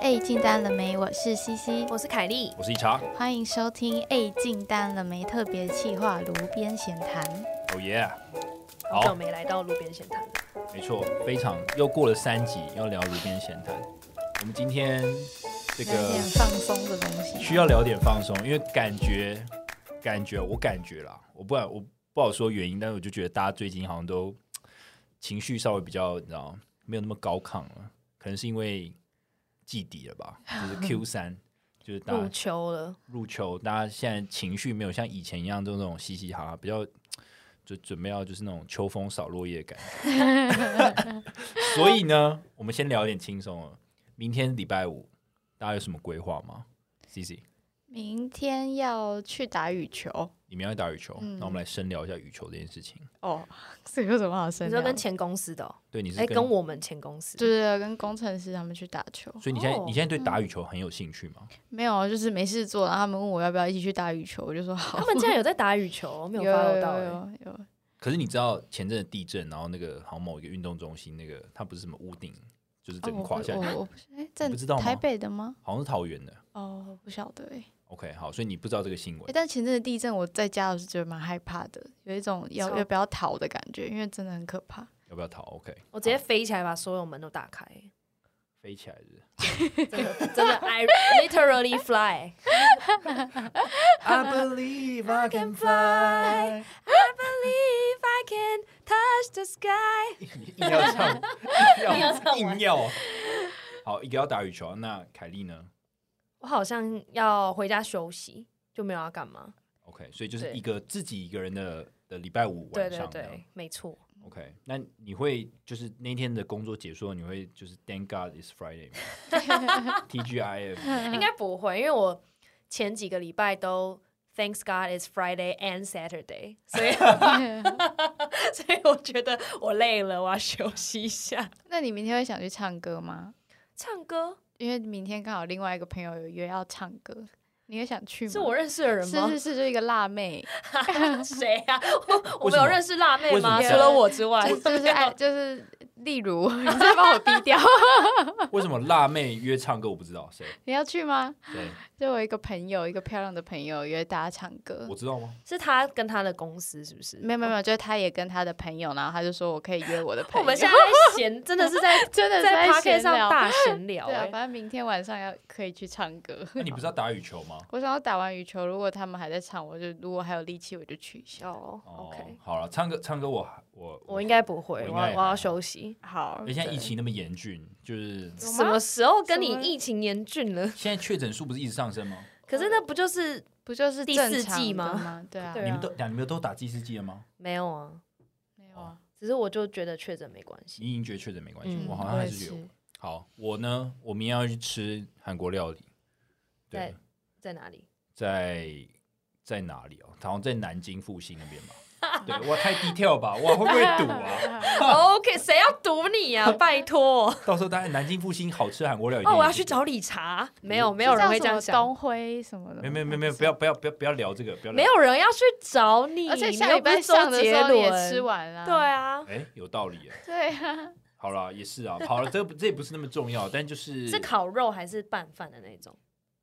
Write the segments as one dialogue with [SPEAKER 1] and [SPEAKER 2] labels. [SPEAKER 1] A 哎进单了没？我是西西，
[SPEAKER 2] 我是凯莉，
[SPEAKER 3] 我是一茶，
[SPEAKER 1] 欢迎收听 A 进单了没特别企划炉边闲谈。
[SPEAKER 3] 哦耶！
[SPEAKER 2] 好久
[SPEAKER 3] 好，
[SPEAKER 2] 没来到路边闲谈了。
[SPEAKER 3] 没错，非常又过了三集，要聊炉边闲谈。我们今天这
[SPEAKER 1] 聊
[SPEAKER 3] 个
[SPEAKER 1] 点放松的东西，
[SPEAKER 3] 需要聊点放松，因为感觉感觉我感觉啦，我不然我不好说原因，但是我就觉得大家最近好像都情绪稍微比较，你知道没有那么高亢了，可能是因为季底了吧，就是 Q 三，就是大
[SPEAKER 2] 入
[SPEAKER 3] 家
[SPEAKER 2] 秋了，
[SPEAKER 3] 入秋，大家现在情绪没有像以前一样就那种嘻嘻哈哈，比较就准备要就是那种秋风扫落叶的感觉。 所以呢，我们先聊一点轻松的。明天礼拜五，大家有什么规划吗？C C，
[SPEAKER 1] 明天要去打羽球
[SPEAKER 3] 你们要打羽球，
[SPEAKER 1] 嗯
[SPEAKER 3] 那我们来深聊一下羽球这件事情。
[SPEAKER 1] 哦，所以有什么好生
[SPEAKER 2] 你
[SPEAKER 1] 聊
[SPEAKER 2] 说
[SPEAKER 1] 的？啊
[SPEAKER 2] 跟前公司的、哦，
[SPEAKER 3] 对，你是
[SPEAKER 2] 哎，
[SPEAKER 3] 跟,、
[SPEAKER 2] 跟我们前公司，
[SPEAKER 1] 对对对，跟工程师他们去打球，
[SPEAKER 3] 所以你现在、
[SPEAKER 2] 哦
[SPEAKER 3] 你现在对
[SPEAKER 1] 嗯
[SPEAKER 3] 打羽球很有兴趣吗？
[SPEAKER 1] 没有，就是没事做，然后他们问我要不要一起去打羽球，我就说好
[SPEAKER 2] 他。们竟然有在打羽球，没
[SPEAKER 1] 有啊
[SPEAKER 2] 有
[SPEAKER 1] 有
[SPEAKER 2] follow 到、哎
[SPEAKER 1] 有有，
[SPEAKER 3] 可是你知道前阵的地震，然后那个好像某一个运动中心，那个它不是什么屋顶，就是整个垮下
[SPEAKER 1] 哦
[SPEAKER 3] 来，
[SPEAKER 1] 我我我哎，在
[SPEAKER 3] 不知道吗
[SPEAKER 1] 台北的吗？
[SPEAKER 3] 好像是桃园的。
[SPEAKER 1] 哦，我不晓得哎。
[SPEAKER 3] OK，好，所以你不知道这个新闻
[SPEAKER 1] 欸。但前阵的地震，我在家我是觉得蛮害怕的，有一种要
[SPEAKER 2] 超
[SPEAKER 1] 要不要逃的感觉，因为真的很可怕。
[SPEAKER 3] 要不要逃？OK，
[SPEAKER 2] 我直接
[SPEAKER 3] 好
[SPEAKER 2] 飞起来把所有门都打开，
[SPEAKER 3] 飞起来是不 是
[SPEAKER 2] 真的真的，I literally fly。
[SPEAKER 3] I believe I can
[SPEAKER 2] fly.
[SPEAKER 3] fly。
[SPEAKER 2] I believe I can touch the sky。
[SPEAKER 3] 硬要唱，
[SPEAKER 2] 硬要唱完
[SPEAKER 3] 硬要。好，一个要打羽球，那凯莉呢
[SPEAKER 2] 我好像要回家休息，就没有要干嘛。
[SPEAKER 3] ？OK，所以就是
[SPEAKER 2] 对
[SPEAKER 3] 一个自己一个人的的礼拜五
[SPEAKER 2] 对
[SPEAKER 3] 晚
[SPEAKER 2] 对
[SPEAKER 3] 上这样。
[SPEAKER 2] 对，没错。
[SPEAKER 3] OK，那你会就是那天的工作结束，你会就是 Thank God it's Friday 吗 ？TGIF
[SPEAKER 2] 应该不会，因为我前几个礼拜都 Thanks God is Friday and Saturday，所以 所以我觉得我累了，我要休息一下。
[SPEAKER 1] 那你明天会想去唱歌吗？
[SPEAKER 2] 唱歌
[SPEAKER 1] 因为明天刚好另外一个朋友有约要唱歌，你会想去吗？
[SPEAKER 2] 是我认识的人吗
[SPEAKER 1] 是？是是，就一个辣妹，
[SPEAKER 2] 谁呀、我我
[SPEAKER 3] 为什
[SPEAKER 2] 们有
[SPEAKER 3] 么
[SPEAKER 2] 认识辣妹
[SPEAKER 3] 为什
[SPEAKER 2] 吗？
[SPEAKER 3] 么
[SPEAKER 2] 除了 我之 外，
[SPEAKER 1] 就就是爱就是，例如你再把我逼 掉，
[SPEAKER 3] 为什么辣妹约唱歌我不知道谁？
[SPEAKER 1] 你要去吗？
[SPEAKER 3] 对，
[SPEAKER 1] 就我一个朋友，一个漂亮的朋友约大家唱歌
[SPEAKER 3] 我。知 道吗？
[SPEAKER 2] 是他跟他的公司是不是？
[SPEAKER 1] 没有没有没有，就是他也跟他的朋友，然后他就说我可以约我的朋友。
[SPEAKER 2] 我们现在在 闲，真的是在
[SPEAKER 1] 真的是
[SPEAKER 2] 在 p a
[SPEAKER 1] 在
[SPEAKER 2] r k e
[SPEAKER 1] 闲
[SPEAKER 2] 上
[SPEAKER 1] 聊
[SPEAKER 2] 大闲聊、
[SPEAKER 1] 对啊，
[SPEAKER 2] 欸。
[SPEAKER 1] 反正明天晚上要可以去唱歌。
[SPEAKER 3] 那你不是要打羽球吗？
[SPEAKER 1] 我想要打完羽球，如果他们还在唱，我就如果还有力气，我就取消。
[SPEAKER 2] 哦、o
[SPEAKER 3] 哦
[SPEAKER 2] k
[SPEAKER 3] 好了，唱歌唱歌我还我
[SPEAKER 2] 我应该不会，
[SPEAKER 3] 我应
[SPEAKER 2] 我
[SPEAKER 3] 该
[SPEAKER 2] 要
[SPEAKER 3] 也
[SPEAKER 2] 我
[SPEAKER 3] 还
[SPEAKER 2] 要
[SPEAKER 3] 好
[SPEAKER 2] 休息。
[SPEAKER 1] 好
[SPEAKER 3] 而且现在疫情那么严峻，就是
[SPEAKER 1] 有吗
[SPEAKER 2] 什么时候跟你
[SPEAKER 1] 什么
[SPEAKER 2] 疫情严 峻了？
[SPEAKER 3] 现在确诊数不是一直上升吗？
[SPEAKER 2] 可是那不就是
[SPEAKER 1] 不就是
[SPEAKER 2] 第
[SPEAKER 1] 正
[SPEAKER 2] 四
[SPEAKER 1] 常
[SPEAKER 2] 季
[SPEAKER 1] 的
[SPEAKER 2] 吗
[SPEAKER 1] 吗？ 对啊，
[SPEAKER 2] 对
[SPEAKER 3] 你们都你们都打第四剂了吗？
[SPEAKER 2] 没有啊？
[SPEAKER 1] 没
[SPEAKER 3] 哦
[SPEAKER 1] 有啊，
[SPEAKER 2] 只是我就觉得确诊没关系。
[SPEAKER 3] 你已经觉得确诊没关系，
[SPEAKER 2] 嗯
[SPEAKER 3] 我好像
[SPEAKER 1] 我
[SPEAKER 3] 还
[SPEAKER 1] 也
[SPEAKER 3] 是觉得有
[SPEAKER 1] 是。
[SPEAKER 3] 好。我呢，我明天要去吃韩国料理，对啊
[SPEAKER 2] 在，在哪 里？
[SPEAKER 3] 在在哪里哦？好像在南京复兴那边 吧。对，哇，太 detail 吧，哇，会不会堵啊？
[SPEAKER 2] 哦 OK，谁要堵你 呀、啊？拜托！
[SPEAKER 3] 到时候大家南京复兴好吃韩国料理，
[SPEAKER 2] 哦，我要去。找理查。
[SPEAKER 3] 嗯
[SPEAKER 2] 没有，没有人会这样
[SPEAKER 1] 是叫什么
[SPEAKER 2] 想，
[SPEAKER 1] 东辉什么的吗，
[SPEAKER 3] 没有没有没有没有，不要不要不要不要聊这个，不要聊
[SPEAKER 2] 没。有人要去找你。
[SPEAKER 1] 而且
[SPEAKER 2] 你
[SPEAKER 1] 下
[SPEAKER 2] 又
[SPEAKER 1] 礼
[SPEAKER 2] 不是
[SPEAKER 1] 拜上的
[SPEAKER 2] 周
[SPEAKER 1] 时
[SPEAKER 2] 杰
[SPEAKER 1] 候你也
[SPEAKER 2] 伦
[SPEAKER 1] 吃完啦。
[SPEAKER 2] 对 啊，
[SPEAKER 3] 哎，有道理耶。
[SPEAKER 1] 对啊，
[SPEAKER 3] 好啦，也是啊。好了，这不这也不是那么重要，但就是
[SPEAKER 2] 是烤肉还是拌饭的那种？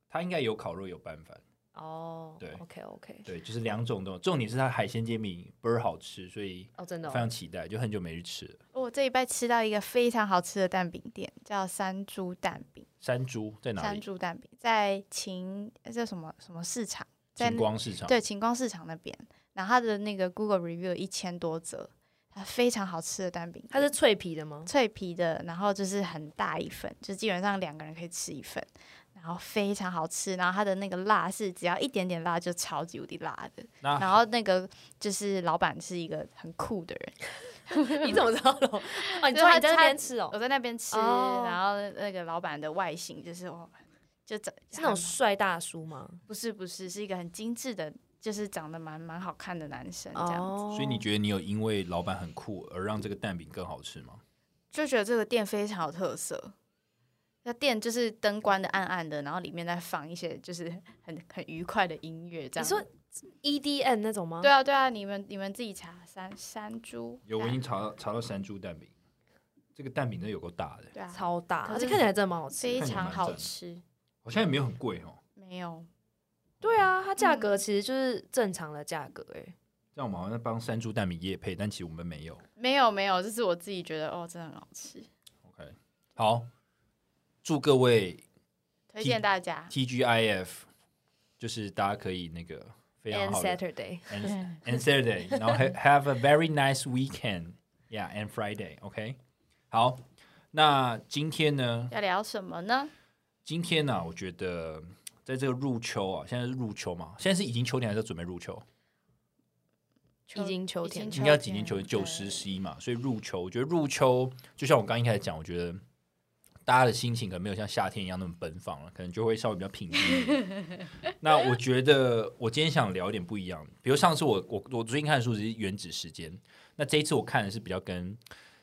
[SPEAKER 3] 它应该有烤肉有拌饭。
[SPEAKER 2] 哦，
[SPEAKER 3] 对
[SPEAKER 2] o k OK，
[SPEAKER 3] 对，就是两种都有。重点是它海鲜煎饼倍儿好吃，所以
[SPEAKER 2] 哦，真的、
[SPEAKER 3] 非常
[SPEAKER 2] 哦，
[SPEAKER 3] 期待，就很久没去吃了。
[SPEAKER 1] 我这礼拜吃到一个非常好吃的蛋饼店，叫山猪蛋饼。
[SPEAKER 3] 山猪在哪
[SPEAKER 1] 山
[SPEAKER 3] 里？
[SPEAKER 1] 猪蛋饼在秦呃叫什么什么市场，在
[SPEAKER 3] 晴光市场。
[SPEAKER 1] 对，晴光市场那边，然后它的那个 Google review 一千多则，它非常好吃的蛋饼，
[SPEAKER 2] 它是脆皮 的吗？
[SPEAKER 1] 脆皮的，然后就是很大一份，就基本上两个人可以吃一份，然后非常好吃，然后它的那个辣是只要一点点辣就超级无敌辣的，
[SPEAKER 3] 那
[SPEAKER 1] 然后那个就是老板是一个很酷的人，
[SPEAKER 2] 你怎么 知道的？哦，你
[SPEAKER 1] 就是它
[SPEAKER 2] 知道你在那
[SPEAKER 1] 它
[SPEAKER 2] 边吃
[SPEAKER 1] 我
[SPEAKER 2] 哦，
[SPEAKER 1] 在那边吃，
[SPEAKER 2] 哦
[SPEAKER 1] 然后那个老板的外形就是我。就长
[SPEAKER 2] 是那种
[SPEAKER 1] 还
[SPEAKER 2] 帅大叔吗？
[SPEAKER 1] 不是不是，是一个很精致的，就是长得蛮蛮好看的男生这样子。
[SPEAKER 2] 哦，
[SPEAKER 3] 所以你觉得你有因为老板很酷而让这个蛋饼更好吃吗？
[SPEAKER 1] 就觉得这个店非常有特色。那店就是灯关的暗暗的，然后里面再放一些就是很很愉快的音乐，这样。
[SPEAKER 2] 你说 EDM 那种吗？
[SPEAKER 1] 对啊对啊，你们你们自己查山山猪，
[SPEAKER 3] 有，我已经查到查到山猪蛋饼，这个蛋饼真的有够大的，
[SPEAKER 1] 对啊，
[SPEAKER 2] 超大，
[SPEAKER 1] 可
[SPEAKER 2] 而
[SPEAKER 1] 是
[SPEAKER 2] 且看起来真的蛮好吃。
[SPEAKER 1] 非
[SPEAKER 3] 看起来
[SPEAKER 1] 常
[SPEAKER 3] 蛮
[SPEAKER 1] 好
[SPEAKER 3] 赞的
[SPEAKER 1] 吃，
[SPEAKER 3] 好像也没有很贵哦。
[SPEAKER 1] 没有，
[SPEAKER 2] 对啊，它价格其实就是正常的价格、哎、
[SPEAKER 3] 这样我们好像在帮山猪蛋饼夜配，但其实我们没有。
[SPEAKER 1] 没有，没有，这是我自己觉得哦，真的很好吃，
[SPEAKER 3] OK，好，祝各位
[SPEAKER 1] 推荐大家。
[SPEAKER 3] TGIF，就是大家可以那个非
[SPEAKER 2] a n d
[SPEAKER 3] 常好的
[SPEAKER 2] Saturday，
[SPEAKER 3] and, and Saturday，然后 ha- have a very nice weekend，yeah，and Friday，OK、好，那今天呢？
[SPEAKER 1] 要聊什么呢？
[SPEAKER 3] 今天呢、我觉得在这个入秋啊，现在是入秋嘛，现在是已经秋天还是准备入秋？
[SPEAKER 1] 秋
[SPEAKER 2] 已经秋天
[SPEAKER 1] 已
[SPEAKER 3] 应
[SPEAKER 1] 经
[SPEAKER 3] 该几年秋天，
[SPEAKER 1] 秋
[SPEAKER 3] 九
[SPEAKER 1] 天
[SPEAKER 3] 十十一嘛，所以入秋，我觉得入秋就像我刚一开始讲，我觉得大家的心情可能没有像夏天一样那么奔放了，可能就会稍微比较平静一点。那我觉得我今天想聊一点不一样的，比如上次我我我最近看的书只是《原子时间》，那这一次我看的是比较跟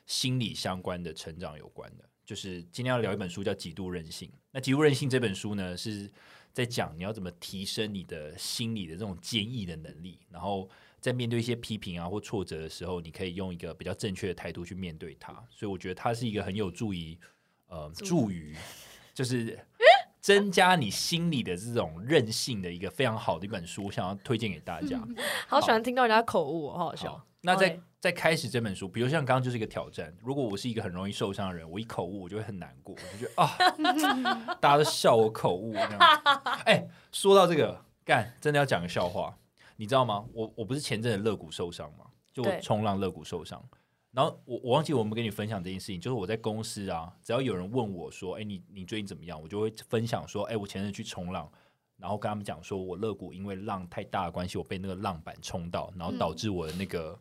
[SPEAKER 3] 心理相关的成长有关的，就是今天要聊一本书叫《极度任性》。那《极度任性》这本书呢是。在讲你要怎么提升你的心理的这种坚毅的能力，然后在面对一些批评啊或挫折的时候，你可以用一个比较正确的态度去面对它。所以我觉得它是一个很有助于，呃，助于就是增加你心理的这种韧性的一个非常好的一本书，我想要推荐给大家。
[SPEAKER 2] 好喜欢听到人家口误、哦，好好笑
[SPEAKER 3] 嗯 好。，那在
[SPEAKER 2] OK
[SPEAKER 3] 在开始这本书，比如像刚刚就是一个挑战。如果我是一个很容易受伤的人，我一口误我就会很难过，我就觉得啊， 大家都笑我口误。这样哎、说到这个，干真的要讲个笑话，你知道吗？我我不是前阵子肋骨受伤吗？就我
[SPEAKER 2] 对
[SPEAKER 3] 冲浪肋骨受伤。然后我我忘记我们跟你分享这件事情，就是我在公司啊，只要有人问我说：“哎，你你最近怎么样？”我就会分享说：“哎，我前阵子去冲浪，然后跟他们讲说我肋骨因为浪太大的关系，我被那个浪板冲到，然后导致我的那个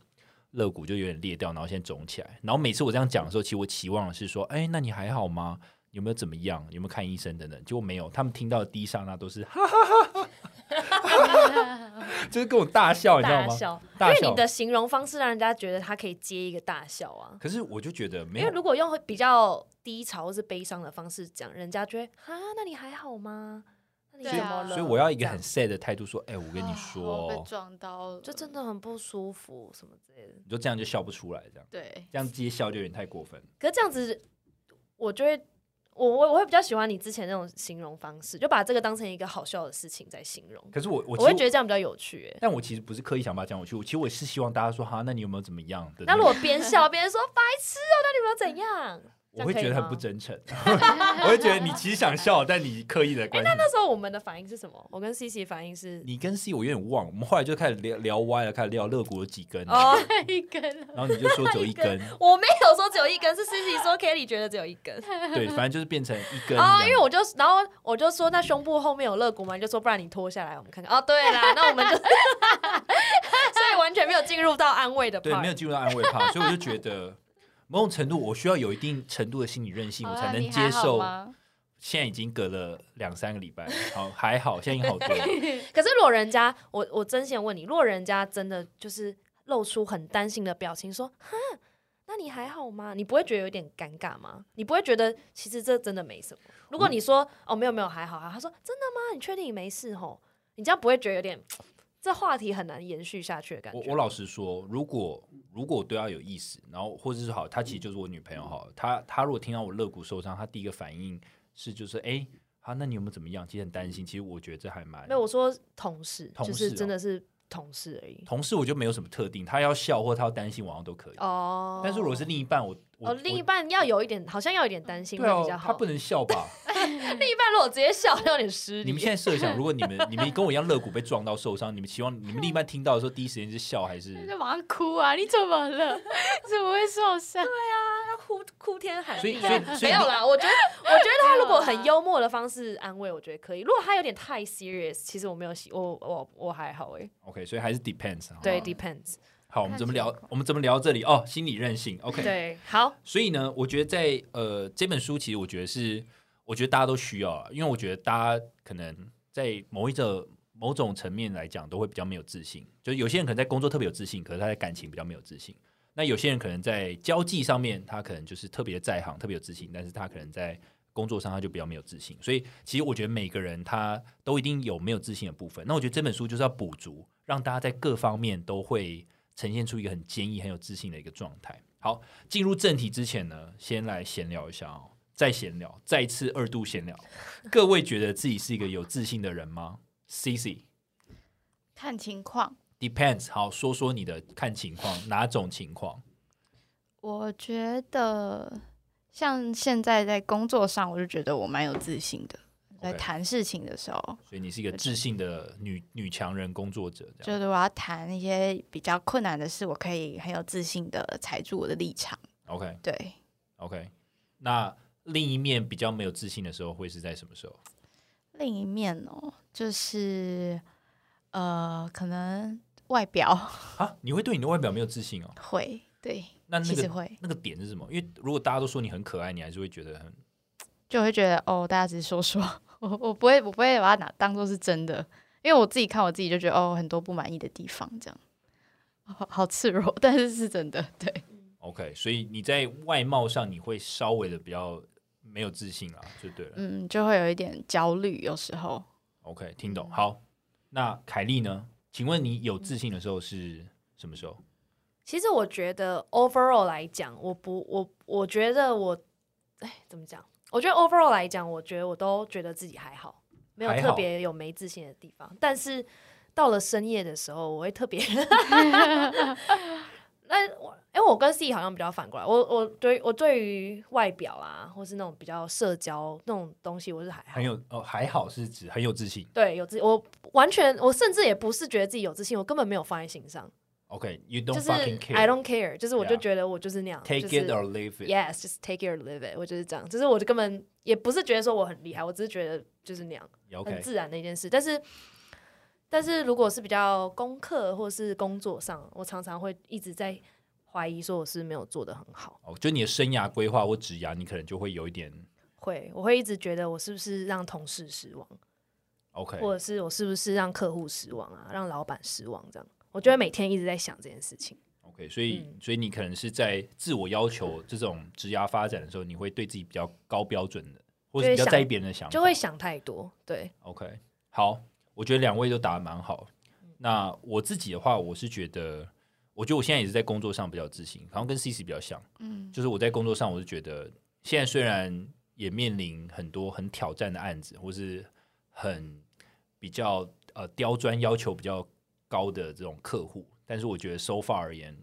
[SPEAKER 3] 肋骨就有点裂掉，然后现在肿起来。然后每次我这样讲的时候，其实我期望的是说：“哎，那你还好吗？有没有怎么样？有没有看医生等等？”结果没有，他们听到的第一刹那都是哈哈哈 哈，就是跟我大笑，你知道
[SPEAKER 2] 大
[SPEAKER 3] 吗？
[SPEAKER 2] 笑，因
[SPEAKER 3] 大笑
[SPEAKER 2] 为你的形容方式让人家觉得他可以接一个大笑啊。
[SPEAKER 3] 可是我就觉得没
[SPEAKER 2] 因
[SPEAKER 3] 有
[SPEAKER 2] 为。如果用比较低潮或是悲伤的方式讲，人家觉得啊，那你还好吗？那你
[SPEAKER 1] 对
[SPEAKER 2] 怎么
[SPEAKER 1] 啊
[SPEAKER 2] 了？
[SPEAKER 3] 所以我要一个
[SPEAKER 2] 这样
[SPEAKER 3] 很 sad 的态度说，哎、我跟你
[SPEAKER 1] 啊我
[SPEAKER 3] 说
[SPEAKER 1] 被，撞到了，
[SPEAKER 2] 就真的很不舒服什么之类的。
[SPEAKER 3] 你就这样就笑不出来，这样
[SPEAKER 1] 对，
[SPEAKER 3] 这样直接笑就有点太过分。
[SPEAKER 2] 可是这样子，我就会，我我我会比较喜欢你之前那种形容方式，就把这个当成一个好笑的事情在形容。
[SPEAKER 3] 可是我我
[SPEAKER 2] 我
[SPEAKER 3] 其
[SPEAKER 2] 会
[SPEAKER 3] 实
[SPEAKER 2] 觉得这样比较有趣、欸。
[SPEAKER 3] 但我其实不是刻意想把它讲过去，我其实我是希望大家说哈，那你有没有怎么样的？
[SPEAKER 2] 那如果边笑边说白痴哦、那你们要怎样？
[SPEAKER 3] 我会觉得很不
[SPEAKER 2] 准。
[SPEAKER 3] 真诚，我会觉得你其实想笑，但你刻意的关系。
[SPEAKER 2] 哎那时候我们的反应是什么？我跟 C C 反应是
[SPEAKER 3] 你跟 C 我有点忘，我们后来就开始聊聊歪了，开始聊肋骨有几根，
[SPEAKER 2] 哦，
[SPEAKER 1] 一根
[SPEAKER 3] 然后你就说只有一根，
[SPEAKER 2] 我没有说只有一根，是 C C 说 Kelly 觉得只有一根
[SPEAKER 3] 对，反正就是变成一根这样。
[SPEAKER 2] 哦，因为我就然后我就说那胸部后面有肋骨吗？你就说不然你脱下来我们看看。哦，对啦，那我们就 所以完全没有进入到安慰的 part，
[SPEAKER 3] 对没有进入到 安慰趴，所以我就觉得某种程度我需要有一定程度的心理韧
[SPEAKER 2] 哦
[SPEAKER 3] 性，我
[SPEAKER 1] 啊
[SPEAKER 3] 才能接受。现在已经隔了两三个礼拜了，好还好，现在已经好多了。
[SPEAKER 2] 可是如果人家，我我真心问你，如果人家真的就是露出很担心的表情，说“哈，那你还好吗？”你不会觉得有点尴尬吗？你不会觉得其实这真的没什么？如果你说“哦，没有没有，还好啊”，他说“真的吗？你确定你没事吼？”你这样不会觉得有点这话题很难延续下去的感
[SPEAKER 3] 我
[SPEAKER 2] 觉？嗯
[SPEAKER 3] 我老实说，如果如果我对她有意思，然后或者是好，她其实就是我女朋友好了，她她如果听到我肋骨受伤，她第一个反应是就是哎，诶啊，那你有没有怎么样？其实很担心。其实我觉得这还蛮
[SPEAKER 2] 没有，我说同事，
[SPEAKER 3] 同事
[SPEAKER 2] 就是
[SPEAKER 3] 哦
[SPEAKER 2] 真的是同事而已。
[SPEAKER 3] 同事，我就没有什么特定，她要笑或她要担心，我好像都可以。
[SPEAKER 2] 哦，
[SPEAKER 3] 但是如果是另一半，我我
[SPEAKER 2] 哦，另一
[SPEAKER 3] 我
[SPEAKER 2] 半要有一点，好像要有点担心
[SPEAKER 3] 对
[SPEAKER 2] 会比
[SPEAKER 3] 啊
[SPEAKER 2] 较，好。
[SPEAKER 3] 他不能 笑吧？
[SPEAKER 2] 另一半如果直接笑，有点失
[SPEAKER 3] 你
[SPEAKER 2] 礼
[SPEAKER 3] 们。现在设想，如果你们你们跟我一样肋骨被撞到受伤，你们希望你们另一半听到的时候，第一时间是笑还是
[SPEAKER 1] 那？就马上哭啊！你怎么了？ 怎么会受伤？
[SPEAKER 2] 哭哭天喊
[SPEAKER 3] 所
[SPEAKER 2] 地
[SPEAKER 3] 以所以
[SPEAKER 2] 啊，
[SPEAKER 3] 所以
[SPEAKER 2] 没有
[SPEAKER 3] 你
[SPEAKER 2] 啦。我觉得，我觉得他如果
[SPEAKER 1] 没有
[SPEAKER 2] 很
[SPEAKER 1] 啦
[SPEAKER 2] 幽默的方式安慰，我觉得可以。如果他有点太 serious，其实我没有喜，我我我还好哎、
[SPEAKER 3] OK，所以还是 depends 啊好吗。
[SPEAKER 2] 对，depends。
[SPEAKER 3] 好，我们怎么聊
[SPEAKER 1] 看情？况
[SPEAKER 3] 我们怎么聊到这里？哦，心理韧性。OK，
[SPEAKER 2] 对，好，
[SPEAKER 3] 所以呢，我觉得在呃这本书，其实我觉得是，我觉得大家都需要啊，因为我觉得大家可能在某一个某种层面来讲，都会比较没有自信。就是有些人可能在工作特别有自信，可是他在感情比较没有自信。那有些人可能在交际上面，他可能就是特别在行，特别有自信，但是他可能在工作上他就比较没有自信。所以其实我觉得每个人他都一定有没有自信的部分。那我觉得这本书就是要补足，让大家在各方面都会呈现出一个很坚毅、很有自信的一个状态。好，进入正题之前呢，先来闲聊一下哦，再闲聊，再次二度闲聊。 各位觉得自己是一个有自信的人吗？C C
[SPEAKER 1] 看情况。
[SPEAKER 3] depends，好，说说你的看情况，哪种情况？
[SPEAKER 1] 我觉得像现在在工作上，我就觉得我蛮有自信的，在
[SPEAKER 3] OK
[SPEAKER 1] 谈事情的时候。
[SPEAKER 3] 所以你是一个自信的女女强人工作者，这
[SPEAKER 1] 就
[SPEAKER 3] 样
[SPEAKER 1] 是我要谈一些比较困难的事，我可以很有自信的踩住我的立场。
[SPEAKER 3] OK
[SPEAKER 1] 对，
[SPEAKER 3] OK。那另一面比较没有自信的时候，会是在什么时候？
[SPEAKER 1] 另一面哦，就是呃，可能外表
[SPEAKER 3] 啊，你会对你的外表没有自信哦？
[SPEAKER 1] 会对，
[SPEAKER 3] 那那
[SPEAKER 1] 其实
[SPEAKER 3] 个
[SPEAKER 1] 会
[SPEAKER 3] 那个点是什么？因为如果大家都说你很可爱，你还是会觉得很
[SPEAKER 1] 就会觉得哦，大家只是说说，我我不会我不会把它拿当做是真的，因为我自己看我自己就觉得哦，很多不满意的地方这样。好好赤裸，但是是真的，对
[SPEAKER 3] OK。所以你在外貌上你会稍微的比较没有自信啦，就对了。
[SPEAKER 1] 嗯，就会有一点焦虑，有时候
[SPEAKER 3] OK，听懂。好，那凯莉呢？请问你有自信的时候是什么时候？
[SPEAKER 2] 其实我觉得 overall 来讲，我不我我觉得我，哎，怎么讲？我觉得 overall 来讲，我觉得我都觉得自己还好，没有
[SPEAKER 3] 还好
[SPEAKER 2] 特别有没自信的地方。但是到了深夜的时候，我会特 别，那我哎、我跟自己好像比较反过来。我我对我对于外表啊，或是那种比较社交那种东西，我是还好
[SPEAKER 3] 很。有哦，还好是指很有自信。
[SPEAKER 2] 对，有自我完全，我甚至也不是觉得自己有自信，我根本没有放在心上，
[SPEAKER 3] OK，you、
[SPEAKER 2] 就
[SPEAKER 3] don't
[SPEAKER 2] 是
[SPEAKER 3] fucking
[SPEAKER 2] I
[SPEAKER 3] care。
[SPEAKER 2] don't care，就是我就
[SPEAKER 3] Yeah
[SPEAKER 2] 觉得我就是那样
[SPEAKER 3] Take
[SPEAKER 2] 就是
[SPEAKER 3] it or leave it。
[SPEAKER 2] Yes, just take it or live it。我就是这样，就是我就根本也不是觉得说我很厉害，我只是觉得就是那样，很
[SPEAKER 3] OK，
[SPEAKER 2] 自然的一件事。但是，但是如果是比较功课或是工作上，我常常会一直在怀疑说我是没有做的很好，
[SPEAKER 3] 哦，就你的生涯规划或职涯，你可能就会有一点
[SPEAKER 2] 会我会一直觉得我是不是让同事失望，
[SPEAKER 3] OK。
[SPEAKER 2] 或者是我是不是让客户失望啊，让老板失望这样。我就会每天一直在想这件事情。
[SPEAKER 3] OK，所以、
[SPEAKER 2] 嗯
[SPEAKER 3] 所以你可能是在自我要求这种职涯发展的时候，你会对自己比较高标准的，或者
[SPEAKER 2] 就会
[SPEAKER 3] 比较
[SPEAKER 2] 想
[SPEAKER 3] 在意别人的想法。
[SPEAKER 2] 就会想太多，对，
[SPEAKER 3] OK，好，我觉得两位都打得蛮好。那我自己的话，我是觉得，我觉得我现在也是在工作上比较有自信，好像跟 CC 比较像。嗯，就是我在工作上，我是觉得现在虽然也面临很多很挑战的案子，或是很比较呃刁钻要求比较高的这种客户，但是我觉得 so far 而言，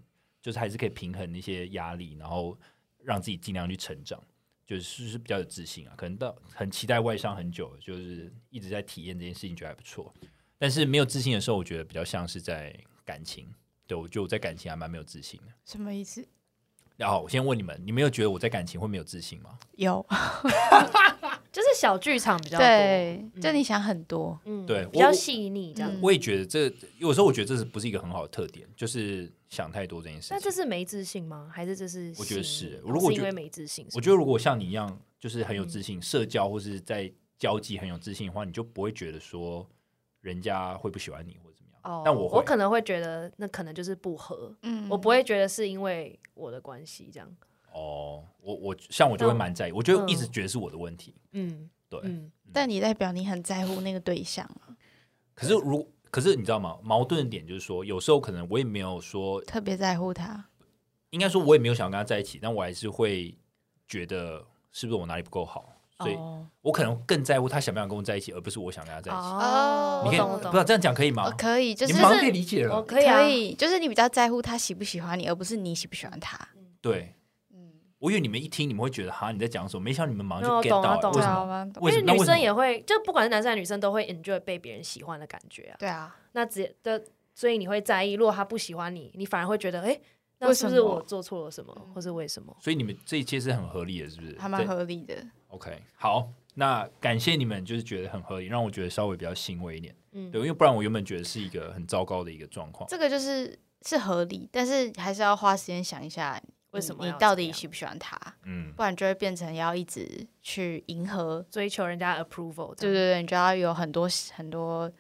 [SPEAKER 3] 就是还是可以平衡一些压力，然后让自己尽量去成长。就是是比较有自信啊，可能到很期待外商很久，就是一直在体验这件事情，觉得还不错。但是没有自信的时候，我觉得比较像是在感情，对我觉得我在感情还蛮没有自信的。
[SPEAKER 1] 什么意思？
[SPEAKER 3] 然后我先问你们，你们有觉得我在感情会没有自信吗？
[SPEAKER 1] 有
[SPEAKER 2] 就是小剧场 比较多，
[SPEAKER 1] 对，就
[SPEAKER 2] 嗯
[SPEAKER 1] 你想很多，
[SPEAKER 2] 嗯，
[SPEAKER 3] 对
[SPEAKER 2] 比
[SPEAKER 3] 我
[SPEAKER 2] 较
[SPEAKER 3] 我
[SPEAKER 2] 细腻这样。
[SPEAKER 1] 嗯
[SPEAKER 3] 我也觉得这有时候我觉得这是不是一个很好的特点，就是想太多这件事
[SPEAKER 2] 那
[SPEAKER 3] 情
[SPEAKER 2] 这。是没自信吗？还是这是
[SPEAKER 3] 我觉得
[SPEAKER 2] 吸引
[SPEAKER 3] 是
[SPEAKER 2] 力
[SPEAKER 3] 如果我
[SPEAKER 2] 是因
[SPEAKER 3] 觉得
[SPEAKER 2] 为没自信，
[SPEAKER 3] 我觉得如果像你一样，就是很有自信，社交或是在交际很有自信的话，你就不会觉得说人家会不喜欢你或者怎么样。
[SPEAKER 2] 得哦，
[SPEAKER 3] 但我会
[SPEAKER 2] 我可能会觉得那可能就是不合，
[SPEAKER 1] 嗯，
[SPEAKER 2] 我不会觉得是因为我的关系这样。
[SPEAKER 3] 哦，我我像我就会蛮在意，我就一直觉得是我的问题。
[SPEAKER 2] 嗯，
[SPEAKER 3] 对，
[SPEAKER 2] 嗯，
[SPEAKER 1] 但你代表你很在乎那个对象啊，
[SPEAKER 3] 可是如可是你知道吗？矛盾的点就是说，有时候可能我也没有说，
[SPEAKER 1] 特别在乎他。
[SPEAKER 3] 应该说我也没有想要跟他在一起，但我还是会觉得是不是我哪里不够好，所以
[SPEAKER 1] 哦，
[SPEAKER 3] 我可能更在乎他想不想跟我在一起，而不是我想跟他在一起。
[SPEAKER 1] 哦
[SPEAKER 3] 你
[SPEAKER 2] 我
[SPEAKER 3] 可以
[SPEAKER 2] 懂我
[SPEAKER 3] 不知
[SPEAKER 2] 懂
[SPEAKER 3] 道，这样讲可以吗
[SPEAKER 1] 哦？可以，就
[SPEAKER 3] 你
[SPEAKER 1] 是
[SPEAKER 3] 们马上可以理解
[SPEAKER 2] 我
[SPEAKER 3] 了。
[SPEAKER 2] 可以啊，
[SPEAKER 1] 就是你比较在乎他喜不喜欢你，而不是你喜不喜欢他。
[SPEAKER 3] 对，
[SPEAKER 1] 嗯，
[SPEAKER 3] 我以为你们一听你们会觉得哈你在讲什么，没想到你们马上
[SPEAKER 2] 那我
[SPEAKER 3] 就 get
[SPEAKER 2] 哦懂了
[SPEAKER 3] 到
[SPEAKER 2] 懂
[SPEAKER 1] 对
[SPEAKER 3] 为什
[SPEAKER 1] 啊，
[SPEAKER 3] 么？
[SPEAKER 1] 我懂
[SPEAKER 3] 为什么？那
[SPEAKER 2] 因为女
[SPEAKER 3] 为什
[SPEAKER 2] 生
[SPEAKER 3] 么
[SPEAKER 2] 也会，就不管是男生还是女生，都会 enjoy 被别人喜欢的感觉啊。
[SPEAKER 1] 对啊，
[SPEAKER 2] 那直接的，所以你会在意，如果他不喜欢你，你反而会觉得，哎，那
[SPEAKER 1] 为
[SPEAKER 2] 是不
[SPEAKER 1] 什
[SPEAKER 2] 是
[SPEAKER 1] 么嗯
[SPEAKER 2] 我做错了什么，或是为什么？
[SPEAKER 3] 所以你们这一切是很合理的，是不是？
[SPEAKER 1] 还
[SPEAKER 3] 在
[SPEAKER 1] 蛮合理的。
[SPEAKER 3] OK，好，那感谢你们，就是觉得很合理，让我觉得稍微比较欣慰一点。
[SPEAKER 2] 嗯
[SPEAKER 3] 对，因为不然我原本觉得是一个很糟糕的一个状况。
[SPEAKER 1] 这个就是是合理，但是还是要花时间想一下你，
[SPEAKER 2] 为什么
[SPEAKER 1] 你
[SPEAKER 2] 要
[SPEAKER 1] 到
[SPEAKER 2] 这
[SPEAKER 1] 底
[SPEAKER 2] 样
[SPEAKER 1] 喜不喜欢他，
[SPEAKER 3] 嗯，
[SPEAKER 1] 不然就会变成要一直去迎合。
[SPEAKER 2] 追求人家 approval，这
[SPEAKER 1] 对对
[SPEAKER 2] 样
[SPEAKER 1] 对，你就要有很多很多，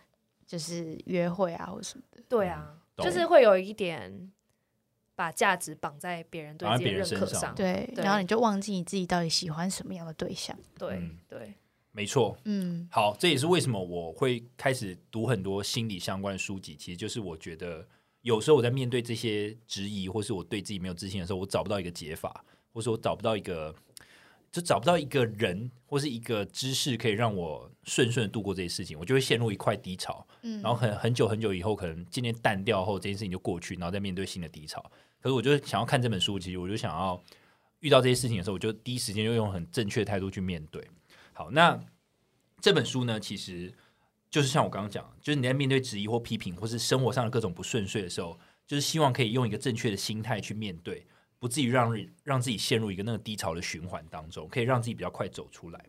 [SPEAKER 1] 就是约会啊或什么的。
[SPEAKER 2] 对啊，
[SPEAKER 3] 嗯懂
[SPEAKER 2] 就是会有一点把价值绑在别人对
[SPEAKER 3] 绑在
[SPEAKER 2] 自己的
[SPEAKER 3] 别人
[SPEAKER 2] 认可
[SPEAKER 3] 身上
[SPEAKER 1] 对，
[SPEAKER 2] 对
[SPEAKER 1] 然后你就忘记你自己到底喜欢什么样的对象。
[SPEAKER 2] 对
[SPEAKER 3] 嗯
[SPEAKER 2] 对，
[SPEAKER 3] 没错。
[SPEAKER 1] 嗯，
[SPEAKER 3] 好，这也是为什么我会开始读很多心理相关的书籍，其实就是我觉得有时候我在面对这些质疑，或是我对自己没有自信的时候，我找不到一个解法，或是我找不到一个，就找不到一个人或是一个知识可以让我顺顺地度过这些事情，我就会陷入一块低潮。
[SPEAKER 1] 嗯
[SPEAKER 3] 然后很很久很久以后，可能渐渐淡掉后，这件事情就过去，然后再面对新的低潮。可是我就想要看这本书，其实我就想要遇到这些事情的时候，我就第一时间就用很正确的态度去面对。好，那这本书呢，其实就是像我刚刚讲，就是你在面对质疑或批评，或是生活上的各种不顺遂的时候，就是希望可以用一个正确的心态去面对，不至于让人让自己陷入一个那个低潮的循环当中，可以让自己比较快走出来。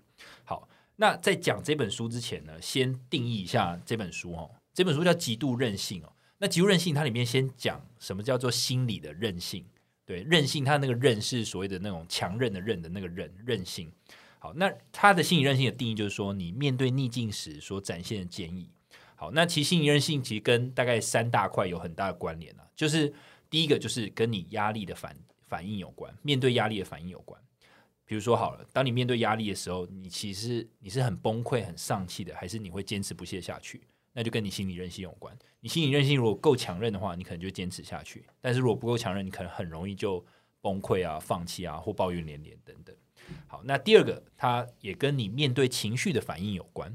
[SPEAKER 3] 好，那在讲这本书之前呢，先定义一下这本书哦。这本书叫《极度韧性》哦。那《极度韧性》它里面先讲什么叫做心理的韧性，对，韧性它那个韧是所谓的那种强韧的韧的那个韧韧性。好，那它的心理韧性的定义就是说，你面对逆境时所展现的坚毅。好，那其实心理韧性其实跟大概三大块有很大的关联啊，就是第一个就是跟你压力的反反应有关，面对压力的反应有关。比如说好了，当你面对压力的时候，你其实你是很崩溃、很丧气的，还是你会坚持不懈下去？那就跟你心理韧性有关。你心理韧性如果够强韧的话，你可能就坚持下去；但是如果不够强韧，你可能很容易就崩溃啊、放弃啊，或抱怨连连等等。好，那第二个，它也跟你面对情绪的反应有关。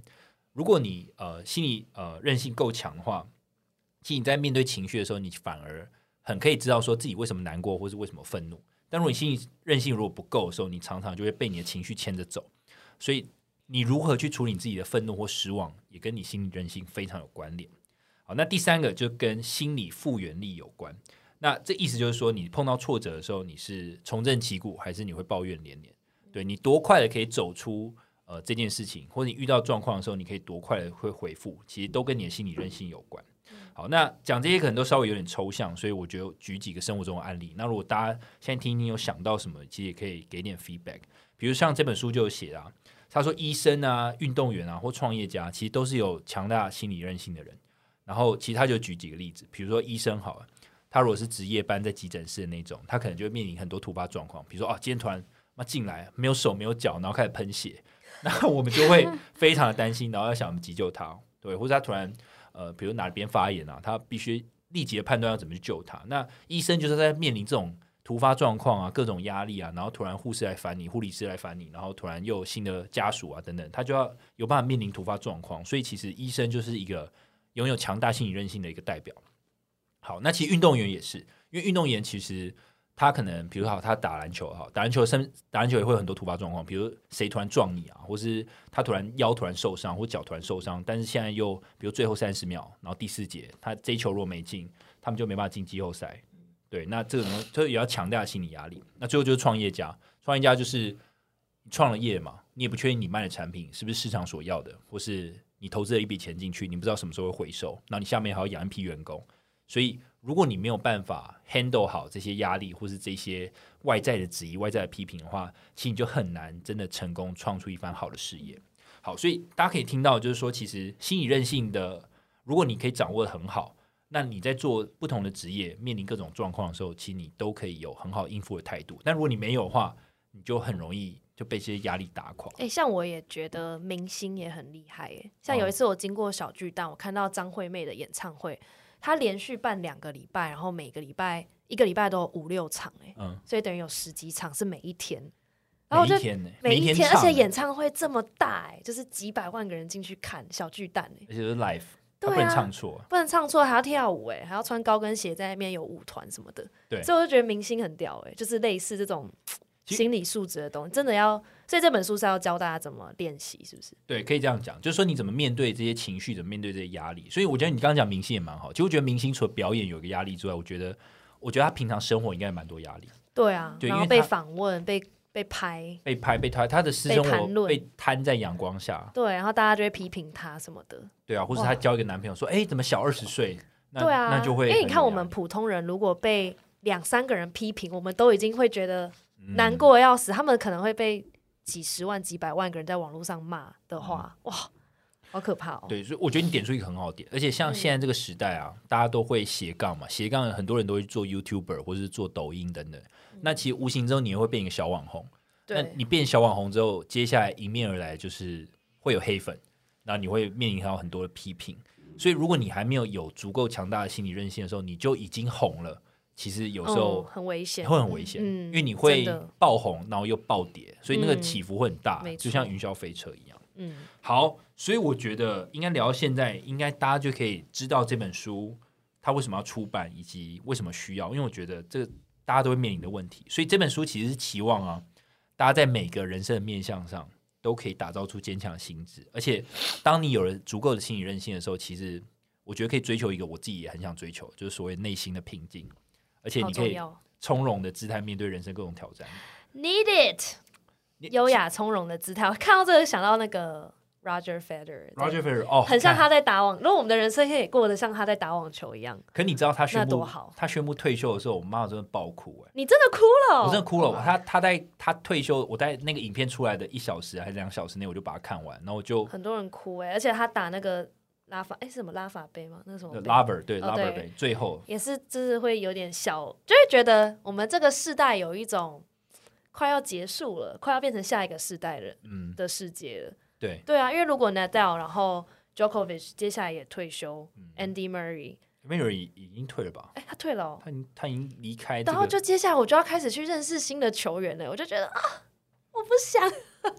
[SPEAKER 3] 如果你呃心理呃韧性够强的话，其实你在面对情绪的时候，你反而很可以知道说自己为什么难过，或是为什么愤怒。但如果你心理韧性如果不够的时候，你常常就会被你的情绪牵着走。所以，你如何去处理你自己的愤怒或失望，也跟你心理韧性非常有关联。好，那第三个就跟心理复原力有关。那这意思就是说，你碰到挫折的时候，你是重振旗鼓，还是你会抱怨连连？对你多快的可以走出呃这件事情，或者你遇到状况的时候，你可以多快的会回复，其实都跟你的心理韧性有关。好，那讲这些可能都稍微有点抽象，所以我就举几个生活中的案例。那如果大家现在听一听有想到什么，其实也可以给点 feedback。比如像这本书就有写啊，他说医生啊、运动员啊或创业家，其实都是有强大心理韧性的人。然后其实他就举几个例子，比如说医生好了，他如果是值夜班在急诊室的那种，他可能就会面临很多突发状况，比如说啊，今天突然妈进来没有手没有脚，然后开始喷血，那我们就会非常的担心，然后要想怎么急救他，对，或者他突然呃，比如哪边发炎啊，他必须立即的判断要怎么去救他。那医生就是在面临这种突发状况啊、各种压力啊，然后突然护士来烦你，护理师来烦你，然后突然又有新的家属啊等等，他就要有办法面临突发状况。所以其实医生就是一个拥有强大心理韧性的一个代表。好，那其实运动员也是，因为运动员其实他可能，比如好，他打篮球哈，打篮球身打篮球也会有很多突发状况，比如谁突然撞你啊，或是他突然腰突然受伤，或脚突然受伤，但是现在又比如最后三十秒，然后第四节他这一球如果没进，他们就没办法进季后赛。对，那这个东西就是也要强大的心理压力。那最后就是创业家，创业家就是你创了业嘛，你也不确定你卖的产品是不是市场所要的，或是你投资了一笔钱进去，你不知道什么时候会回收，那你下面还要养一批员工，所以如果你没有办法 handle 好这些压力，或是这些外在的质疑、外在的批评的话，其实你就很难真的成功创出一番好的事业。好，所以大家可以听到，就是说，其实心理韧性的，如果你可以掌握的很好，那你在做不同的职业，面临各种状况的时候，其实你都可以有很好应付的态度。但如果你没有的话，你就很容易就被这些压力打垮。
[SPEAKER 2] 哎、像我也觉得明星也很厉害哎。像
[SPEAKER 3] 哦
[SPEAKER 2] 有一次我经过小巨蛋，我看到张惠妹的演唱会，她连续办两个礼拜，然后每个礼拜一个礼拜都有五六场哎，
[SPEAKER 3] 嗯，
[SPEAKER 2] 所以等于有十几场是每一天。然后
[SPEAKER 3] 每
[SPEAKER 2] 我就
[SPEAKER 3] 一天呢、
[SPEAKER 2] 每
[SPEAKER 3] 一
[SPEAKER 2] 一
[SPEAKER 3] 天
[SPEAKER 2] 而且
[SPEAKER 3] 唱
[SPEAKER 2] 演，唱会这么大哎，就是几百万个人进去看小巨蛋哎，
[SPEAKER 3] 而且是 live，他
[SPEAKER 2] 对啊
[SPEAKER 3] 不能唱错。
[SPEAKER 2] 不能唱错，还要跳舞哎，还要穿高跟鞋在那边有舞团什么的。
[SPEAKER 3] 对
[SPEAKER 2] 所以我就觉得明星很屌哎，就是类似这种
[SPEAKER 3] 其实
[SPEAKER 2] 心理素质的东西，真的要。所以这本书是要教大家怎么练习，是不是？
[SPEAKER 3] 对，可以这样讲，就是说你怎么面对这些情绪，怎么面对这些压力。所以我觉得你刚刚讲明星也蛮好。其实我觉得明星除了表演有一个压力之外，我觉得，我觉得他平常生活应该也蛮多压力。
[SPEAKER 2] 对啊，
[SPEAKER 3] 对
[SPEAKER 2] 然
[SPEAKER 3] 因
[SPEAKER 2] 后
[SPEAKER 3] 为
[SPEAKER 2] 被
[SPEAKER 3] 他
[SPEAKER 2] 访问、被被拍，
[SPEAKER 3] 被拍被他他的私生
[SPEAKER 2] 被谈
[SPEAKER 3] 活
[SPEAKER 2] 论
[SPEAKER 3] 被摊在阳光下，
[SPEAKER 2] 对，然后大家就会批评他什么的，
[SPEAKER 3] 对啊，或者
[SPEAKER 2] 哇
[SPEAKER 3] 他交一个男朋友说，哎，怎么小二十岁？那
[SPEAKER 2] 对啊，
[SPEAKER 3] 那就会
[SPEAKER 2] 因为你
[SPEAKER 3] 很
[SPEAKER 2] 看
[SPEAKER 3] 有
[SPEAKER 2] 我
[SPEAKER 3] 压
[SPEAKER 2] 们
[SPEAKER 3] 力
[SPEAKER 2] 普通人如果被两三个人批评，我们都已经会觉得
[SPEAKER 3] 嗯
[SPEAKER 2] 难过得要死，他们可能会被几十万、几百万个人在网络上骂的话，哇，好可怕哦！
[SPEAKER 3] 嗯对，所以我觉得你点出一个很好的点，而且像
[SPEAKER 2] 嗯
[SPEAKER 3] 现在这个时代啊，大家都会斜杠嘛，斜杠很多人都会做 YouTuber 或者是做抖音等等。
[SPEAKER 2] 嗯
[SPEAKER 3] 那其实无形中你也会变一个小网红。那
[SPEAKER 2] 对
[SPEAKER 3] 你变小网红之后，接下来迎面而来就是会有黑粉，然后你会面临到很多的批评。所以如果你还没有有足够强大的心理韧性的时候，你就已经红了，其实有时
[SPEAKER 2] 嗯、
[SPEAKER 3] 候
[SPEAKER 2] 很危险，
[SPEAKER 3] 会很危险，
[SPEAKER 2] 嗯
[SPEAKER 3] 因为你会
[SPEAKER 2] 真的
[SPEAKER 3] 爆红，然后又暴跌，所以那个
[SPEAKER 2] 嗯
[SPEAKER 3] 起伏会很大，
[SPEAKER 2] 没错
[SPEAKER 3] 就像云霄飞车一样。
[SPEAKER 2] 嗯
[SPEAKER 3] 好，所以我觉得应该聊到现在，应该大家就可以知道这本书它为什么要出版，以及为什么需要。因为我觉得这个大家都会面临的问题，所以这本书其实是期望啊，大家在每个人生的面向上都可以打造出坚强的心智。而且，当你有了足够的心理韧性的时候，其实我觉得可以追求一个我自己也很想追求，就是所谓内心的平静。而且
[SPEAKER 2] 好
[SPEAKER 3] 你可
[SPEAKER 2] 重
[SPEAKER 3] 以
[SPEAKER 2] 要
[SPEAKER 3] 从容的姿态面对人生各种挑战。
[SPEAKER 2] ，need it，
[SPEAKER 3] 你
[SPEAKER 2] 优雅从容的姿态。我看到这个想到那个 Roger Federer，
[SPEAKER 3] Roger Federer 哦，
[SPEAKER 2] 很像
[SPEAKER 3] 看
[SPEAKER 2] 他在打网，如果我们的人生可以过得像他在打网球一样，
[SPEAKER 3] 可你知道他宣
[SPEAKER 2] 那
[SPEAKER 3] 布
[SPEAKER 2] 多好
[SPEAKER 3] 他宣布退休的时候，我妈真的爆哭哎、
[SPEAKER 2] 你真的哭了，哦
[SPEAKER 3] 我真的哭了。他他在他退休，我在那个影片出来的一小时还是两小时内，我就把它看完，然后我就
[SPEAKER 2] 很多人哭哎、而且他打那个拉法哎、是什么拉法杯吗？那是什么杯
[SPEAKER 3] 呃 lover 对
[SPEAKER 2] 哦对
[SPEAKER 3] lover 杯最后
[SPEAKER 2] 也是就是会有点小，就会觉得我们这个世代有一种快要结束了，快要变成下一个世代人
[SPEAKER 3] 嗯
[SPEAKER 2] 的世界了。
[SPEAKER 3] 对，
[SPEAKER 2] 对啊，因为如果 Nadal 然后 Djokovic 接下来也退休、
[SPEAKER 3] 嗯
[SPEAKER 2] a n d y Murray
[SPEAKER 3] 梅尔已已经退了吧？
[SPEAKER 2] 哎、他退了、哦，
[SPEAKER 3] 他已经他已经离开这
[SPEAKER 2] 然后
[SPEAKER 3] 个，
[SPEAKER 2] 就接下来我就要开始去认识新的球员了，我就觉得啊，我不想。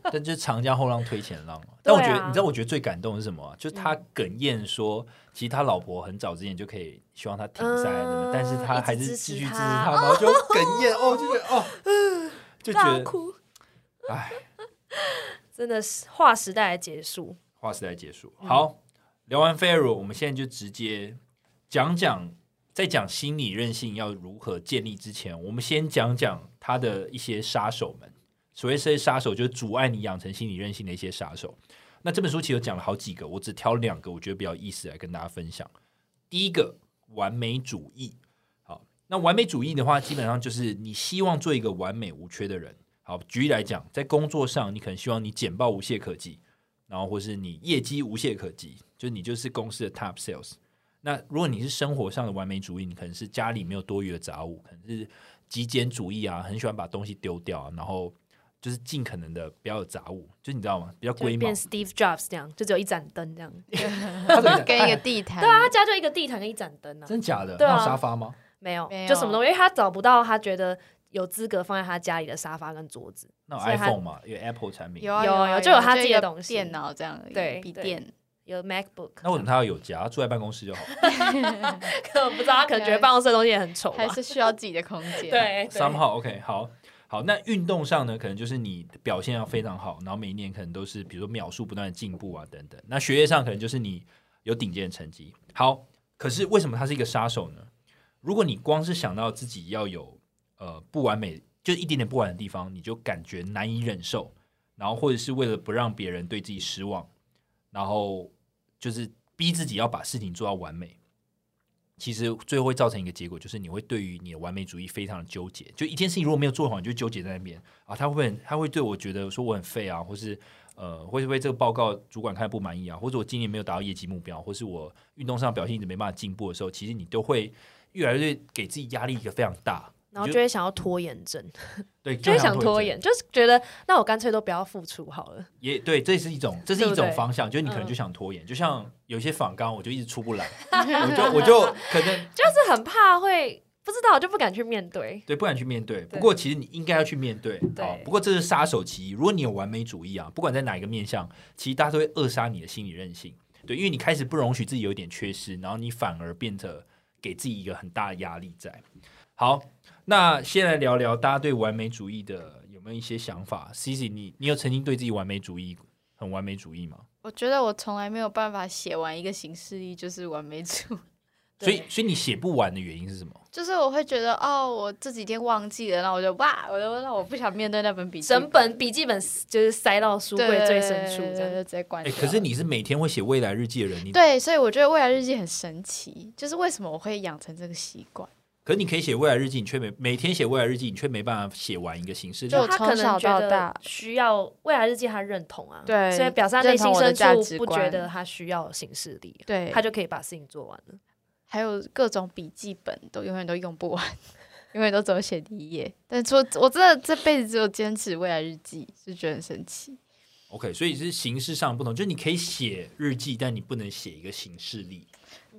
[SPEAKER 3] 但就是长江后浪推前浪嘛。但我觉
[SPEAKER 2] 对
[SPEAKER 3] 得
[SPEAKER 2] 啊嗯
[SPEAKER 3] 你知道，我觉得最感动的是什么啊？就是他哽咽说，其实他老婆很早之前就可以希望他停下来
[SPEAKER 2] 嗯
[SPEAKER 3] 的，但是他还
[SPEAKER 2] 一直支
[SPEAKER 3] 是继
[SPEAKER 2] 持
[SPEAKER 3] 续支持
[SPEAKER 2] 他
[SPEAKER 3] 他，然后就哽咽哦，就觉得哦，就觉
[SPEAKER 2] 大
[SPEAKER 3] 得
[SPEAKER 2] 啊哭，
[SPEAKER 3] 哎。
[SPEAKER 2] 真的是划时代的结束。
[SPEAKER 3] 划时代结束。好，聊完 f e r r o 我们现在就直接讲讲，在讲心理韧性要如何建立之前，我们先讲讲他的一些杀手们。所谓这些杀手，就是阻碍你养成心理韧性的一些杀手。那这本书其实有讲了好几个，我只挑两个我觉得比较有意思来跟大家分享。第一个，完美主义。好，那完美主义的话，基本上就是你希望做一个完美无缺的人。好，举例来讲，在工作上，你可能希望你简报无懈可击，然后或是你业绩无懈可击，就是你就是公司的 top sales。那如果你是生活上的完美主义，你可能是家里没有多余的杂物，可能是极简主义啊，很喜欢把东西丢掉、啊，然后就是尽可能的不要有杂物，就你知道吗？比较
[SPEAKER 2] 就
[SPEAKER 3] 龟毛
[SPEAKER 2] 变，Steve Jobs 这样，就只有一盏灯这样。
[SPEAKER 3] 他 怎么讲
[SPEAKER 1] 跟一个
[SPEAKER 3] 哎
[SPEAKER 1] 地毯，
[SPEAKER 2] 对啊，他家就一个地毯跟一盏灯啊，
[SPEAKER 3] 真假的？
[SPEAKER 2] 对啊
[SPEAKER 3] 那有沙发吗？
[SPEAKER 2] 没有，
[SPEAKER 1] 没有
[SPEAKER 2] 就什么东西，因为他找不到他觉得有资格放在他家里的沙发跟桌子，
[SPEAKER 3] 那有
[SPEAKER 2] 所以他
[SPEAKER 3] iPhone 嘛？有 Apple 产品。
[SPEAKER 1] 有啊
[SPEAKER 2] 有
[SPEAKER 1] 啊
[SPEAKER 2] 有
[SPEAKER 1] 有
[SPEAKER 2] 就有他
[SPEAKER 1] 就
[SPEAKER 2] 自己
[SPEAKER 1] 一
[SPEAKER 2] 的
[SPEAKER 1] 个
[SPEAKER 2] 东西
[SPEAKER 1] 电脑这样而已，
[SPEAKER 2] 对
[SPEAKER 1] 笔
[SPEAKER 2] 对
[SPEAKER 1] 电，
[SPEAKER 2] 有 MacBook。
[SPEAKER 3] 那为什么他要有家？他住在办公室就好。
[SPEAKER 2] 可我不知道，他可能觉得办公室的东西也很丑啊吧
[SPEAKER 1] 还？是需要自己的空间。，
[SPEAKER 2] 对，对
[SPEAKER 3] somehow OK，好好。那运动上呢，可能就是你表现要非常好，然后每一年可能都是比如说秒数不断的进步啊等等。那学业上可能就是你有顶尖的成绩。好，可是为什么它是一个杀手呢？如果你光是想到自己要有呃不完美，就是一点点不完美的地方，你就感觉难以忍受，然后或者是为了不让别人对自己失望，然后就是逼自己要把事情做到完美。其实最后会造成一个结果，就是你会对于你的完美主义非常的纠结。就一件事情如果没有做好，你就纠结在那边啊，他会不会很他会对我觉得说我很废啊，或是呃会不会这个报告主管看不满意啊，或者我今年没有达到业绩目标，或是我运动上表现一直没办法进步的时候，其实你都会越来越给自己压力一个非常大，
[SPEAKER 2] 然后
[SPEAKER 3] 你
[SPEAKER 2] 就会想要拖延症，
[SPEAKER 3] 对
[SPEAKER 2] 就会
[SPEAKER 3] 常
[SPEAKER 2] 想
[SPEAKER 3] 常
[SPEAKER 2] 拖
[SPEAKER 3] 会这样
[SPEAKER 2] 延，就是觉得那我干脆都不要付出好了。
[SPEAKER 3] 也对，这是一种，这是
[SPEAKER 2] 对
[SPEAKER 3] 一
[SPEAKER 2] 不
[SPEAKER 3] 种
[SPEAKER 2] 对
[SPEAKER 3] 方向，就是你可能
[SPEAKER 2] 嗯
[SPEAKER 3] 就想拖延，就像有些仿纲，我就一直出 不来，我就我就可能
[SPEAKER 2] 就是很怕会不知道，就不敢去面对。
[SPEAKER 3] 对不敢去面对。不过其实你应该要去面对，啊
[SPEAKER 2] 对
[SPEAKER 3] 好，不过这是杀手其一。如果你有完美主义啊，不管在哪一个面向，其实大家都会扼杀你的心理韧性，对，因为你开始不容许自己有一点缺失，然后你反而变得给自己一个很大的压力在。好，那先来聊聊大家对完美主义的有没有一些想法？Cici，你你有曾经对自己完美主义很完美主义吗？
[SPEAKER 1] 我觉得我从来没有办法写完一个形式力，就是完美主义，
[SPEAKER 3] 所以
[SPEAKER 2] 对，
[SPEAKER 3] 所以你写不完的原因是什么？
[SPEAKER 1] 就是我会觉得哦，我这几天忘记了，然后我就哇，我就让我不想面对那本笔记，
[SPEAKER 2] 整本笔记本就是塞到书
[SPEAKER 1] 对
[SPEAKER 2] 柜最深处，这
[SPEAKER 1] 对
[SPEAKER 2] 样
[SPEAKER 1] 对直接关
[SPEAKER 3] 哎、
[SPEAKER 1] 掉。
[SPEAKER 3] 可是你是每天会写未来日记的人，你
[SPEAKER 1] 对，所以我觉得未来日记很神奇，就是为什么我会养成这个习惯？
[SPEAKER 3] 可你可以写未来日记，你却没每天写未来日记，你却没办法写完一个形式。
[SPEAKER 1] 就
[SPEAKER 2] 他可
[SPEAKER 1] 从小
[SPEAKER 2] 能觉
[SPEAKER 1] 到
[SPEAKER 2] 得
[SPEAKER 1] 大
[SPEAKER 2] 需要未来日记，他认同啊，
[SPEAKER 1] 对
[SPEAKER 2] 所以表示他内心
[SPEAKER 1] 认同我的
[SPEAKER 2] 深
[SPEAKER 1] 价
[SPEAKER 2] 处
[SPEAKER 1] 值
[SPEAKER 2] 不
[SPEAKER 1] 观
[SPEAKER 2] 觉得他需要形式力，
[SPEAKER 1] 对，
[SPEAKER 2] 他就可以把事情做完了。
[SPEAKER 1] 还有各种笔记本都永远都用不完，永远都只有写第一页。但是我我真的这辈子只有坚持未来日记，就觉得很神奇。
[SPEAKER 3] OK，所以是形式上的不同，就是你可以写日记，但你不能写一个行事历。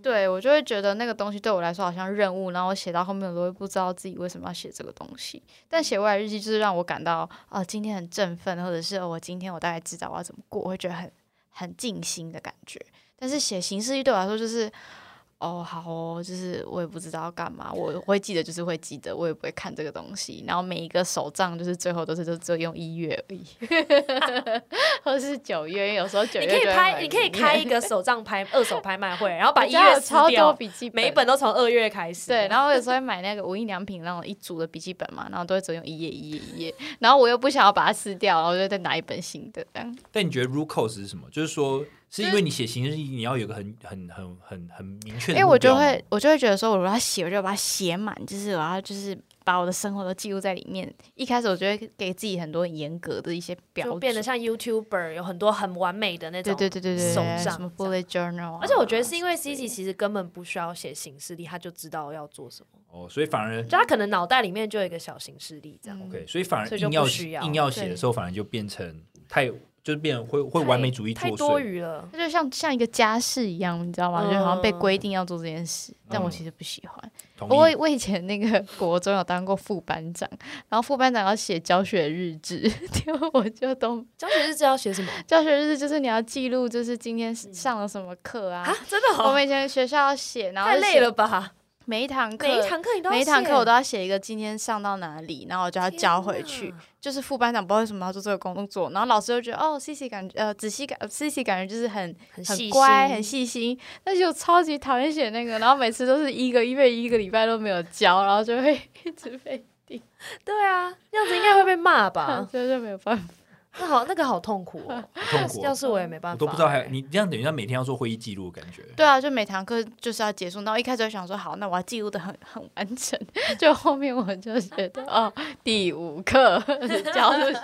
[SPEAKER 1] 对我就会觉得那个东西对我来说好像任务，然后我写到后面我都会不知道自己为什么要写这个东西。但写未来日记就是让我感到啊、呃今天很振奋，或者是、哦我今天我大概知道我要怎么过，我会觉得很很尽心的感觉。但是写形式历对我来说就是哦好哦，就是我也不知道要干嘛，我会记得就是会记得，我也不会看这个东西。然后每一个手账就是最后都是都只有用一月而已， 或者是九月，因为有时候九
[SPEAKER 2] 你
[SPEAKER 1] 月
[SPEAKER 2] 可以
[SPEAKER 1] 就会
[SPEAKER 2] 拍，
[SPEAKER 1] 买
[SPEAKER 2] 你可以
[SPEAKER 1] 一月
[SPEAKER 2] 开一 个手账拍二手拍卖会，然后把
[SPEAKER 1] 我
[SPEAKER 2] 一
[SPEAKER 1] 家有
[SPEAKER 2] 月撕
[SPEAKER 1] 超多
[SPEAKER 2] 掉，
[SPEAKER 1] 笔记
[SPEAKER 2] 每一本都从二月开始。
[SPEAKER 1] 对，然后我有时候会买那个无印良品那种一组的笔记本嘛，然后都会只用一页一页一页，然后我又不想要把它撕掉，然后我就再拿一本新的
[SPEAKER 2] 哎
[SPEAKER 1] 这样。
[SPEAKER 3] 但你觉得 rule cause 是什么？就是说，是因为你写行事历，你要有个很很很很很明确的目标吗。
[SPEAKER 1] 因哎为我就
[SPEAKER 2] 啊
[SPEAKER 1] 会我就会觉得说，我如果要写，我就要把它写满，就是我要就是把我的生活都记录在里面。一开始我就会给自己很多严格的一些标
[SPEAKER 2] 就
[SPEAKER 1] 准，
[SPEAKER 2] 变得像 YouTuber，有很多很完美的那
[SPEAKER 1] 对
[SPEAKER 2] 种。
[SPEAKER 1] 对对对对
[SPEAKER 2] 手
[SPEAKER 1] 对，
[SPEAKER 2] 账
[SPEAKER 1] 什么 bullet journal，、啊、
[SPEAKER 2] 而且我觉得是因为 C
[SPEAKER 3] 哦
[SPEAKER 2] C 其实根本不需要写行事历，他就知道要做什么，
[SPEAKER 3] 哦，所以反而
[SPEAKER 2] 就他可能脑袋里面就有一个小行事历这样。
[SPEAKER 3] OK，所以反
[SPEAKER 2] 所
[SPEAKER 3] 而
[SPEAKER 2] 以就
[SPEAKER 3] 硬
[SPEAKER 2] 不
[SPEAKER 3] 要
[SPEAKER 2] 需要
[SPEAKER 3] 硬要写的时候，反而就变成太就是变成会会完美主义
[SPEAKER 2] 太
[SPEAKER 3] 作
[SPEAKER 2] 多
[SPEAKER 3] 祟。
[SPEAKER 2] 余了。
[SPEAKER 1] 它就像像一个家事一样，你知道吗？就好像被规定要做这件事，但我
[SPEAKER 3] 嗯
[SPEAKER 1] 其实不喜欢。
[SPEAKER 3] 同
[SPEAKER 1] 我
[SPEAKER 3] 意。
[SPEAKER 1] 我以前那个 国中有当过副班长，然后副班长要写教学日志， 结果我就都
[SPEAKER 2] 教学日志要写什么
[SPEAKER 1] 教学日志就是你要记录，就是今天上了什么课啊。
[SPEAKER 2] 嗯啊？真的
[SPEAKER 1] 我
[SPEAKER 2] 好
[SPEAKER 1] 们以前学校要写，然后
[SPEAKER 2] 太
[SPEAKER 1] 就
[SPEAKER 2] 累
[SPEAKER 1] 写
[SPEAKER 2] 了吧？
[SPEAKER 1] 每一堂课
[SPEAKER 2] 每一堂课你都要
[SPEAKER 1] 每一堂课我都
[SPEAKER 2] 要
[SPEAKER 1] 要写一个今天上到哪里，然后我就要交回去。就是副班长不知道为什么要做这个工作，然后老师就觉得哦，C C 感觉呃仔细感 C C 感觉就是很
[SPEAKER 2] 很细
[SPEAKER 1] 很
[SPEAKER 2] 心
[SPEAKER 1] 乖很细心，但是我超级讨厌写那个，然后每次都是一个月一个礼拜都没有交，然后就会 一直被
[SPEAKER 2] 对啊，那样子应该会被骂
[SPEAKER 1] 啊
[SPEAKER 2] 吧，？
[SPEAKER 1] 这就没有办法。
[SPEAKER 2] 那好，那个好痛苦哦。
[SPEAKER 1] 嗯
[SPEAKER 3] 很痛苦
[SPEAKER 2] 要啊
[SPEAKER 3] 哦，
[SPEAKER 2] 是我也没办法，欸
[SPEAKER 3] 我都不知道还你这样等于他每天要做会议记录的感觉。
[SPEAKER 1] 对啊，就每堂课就是要结束，然后一开始就想说好，那我要记录的很很完整， 就后面我就觉得哦，第五 课交出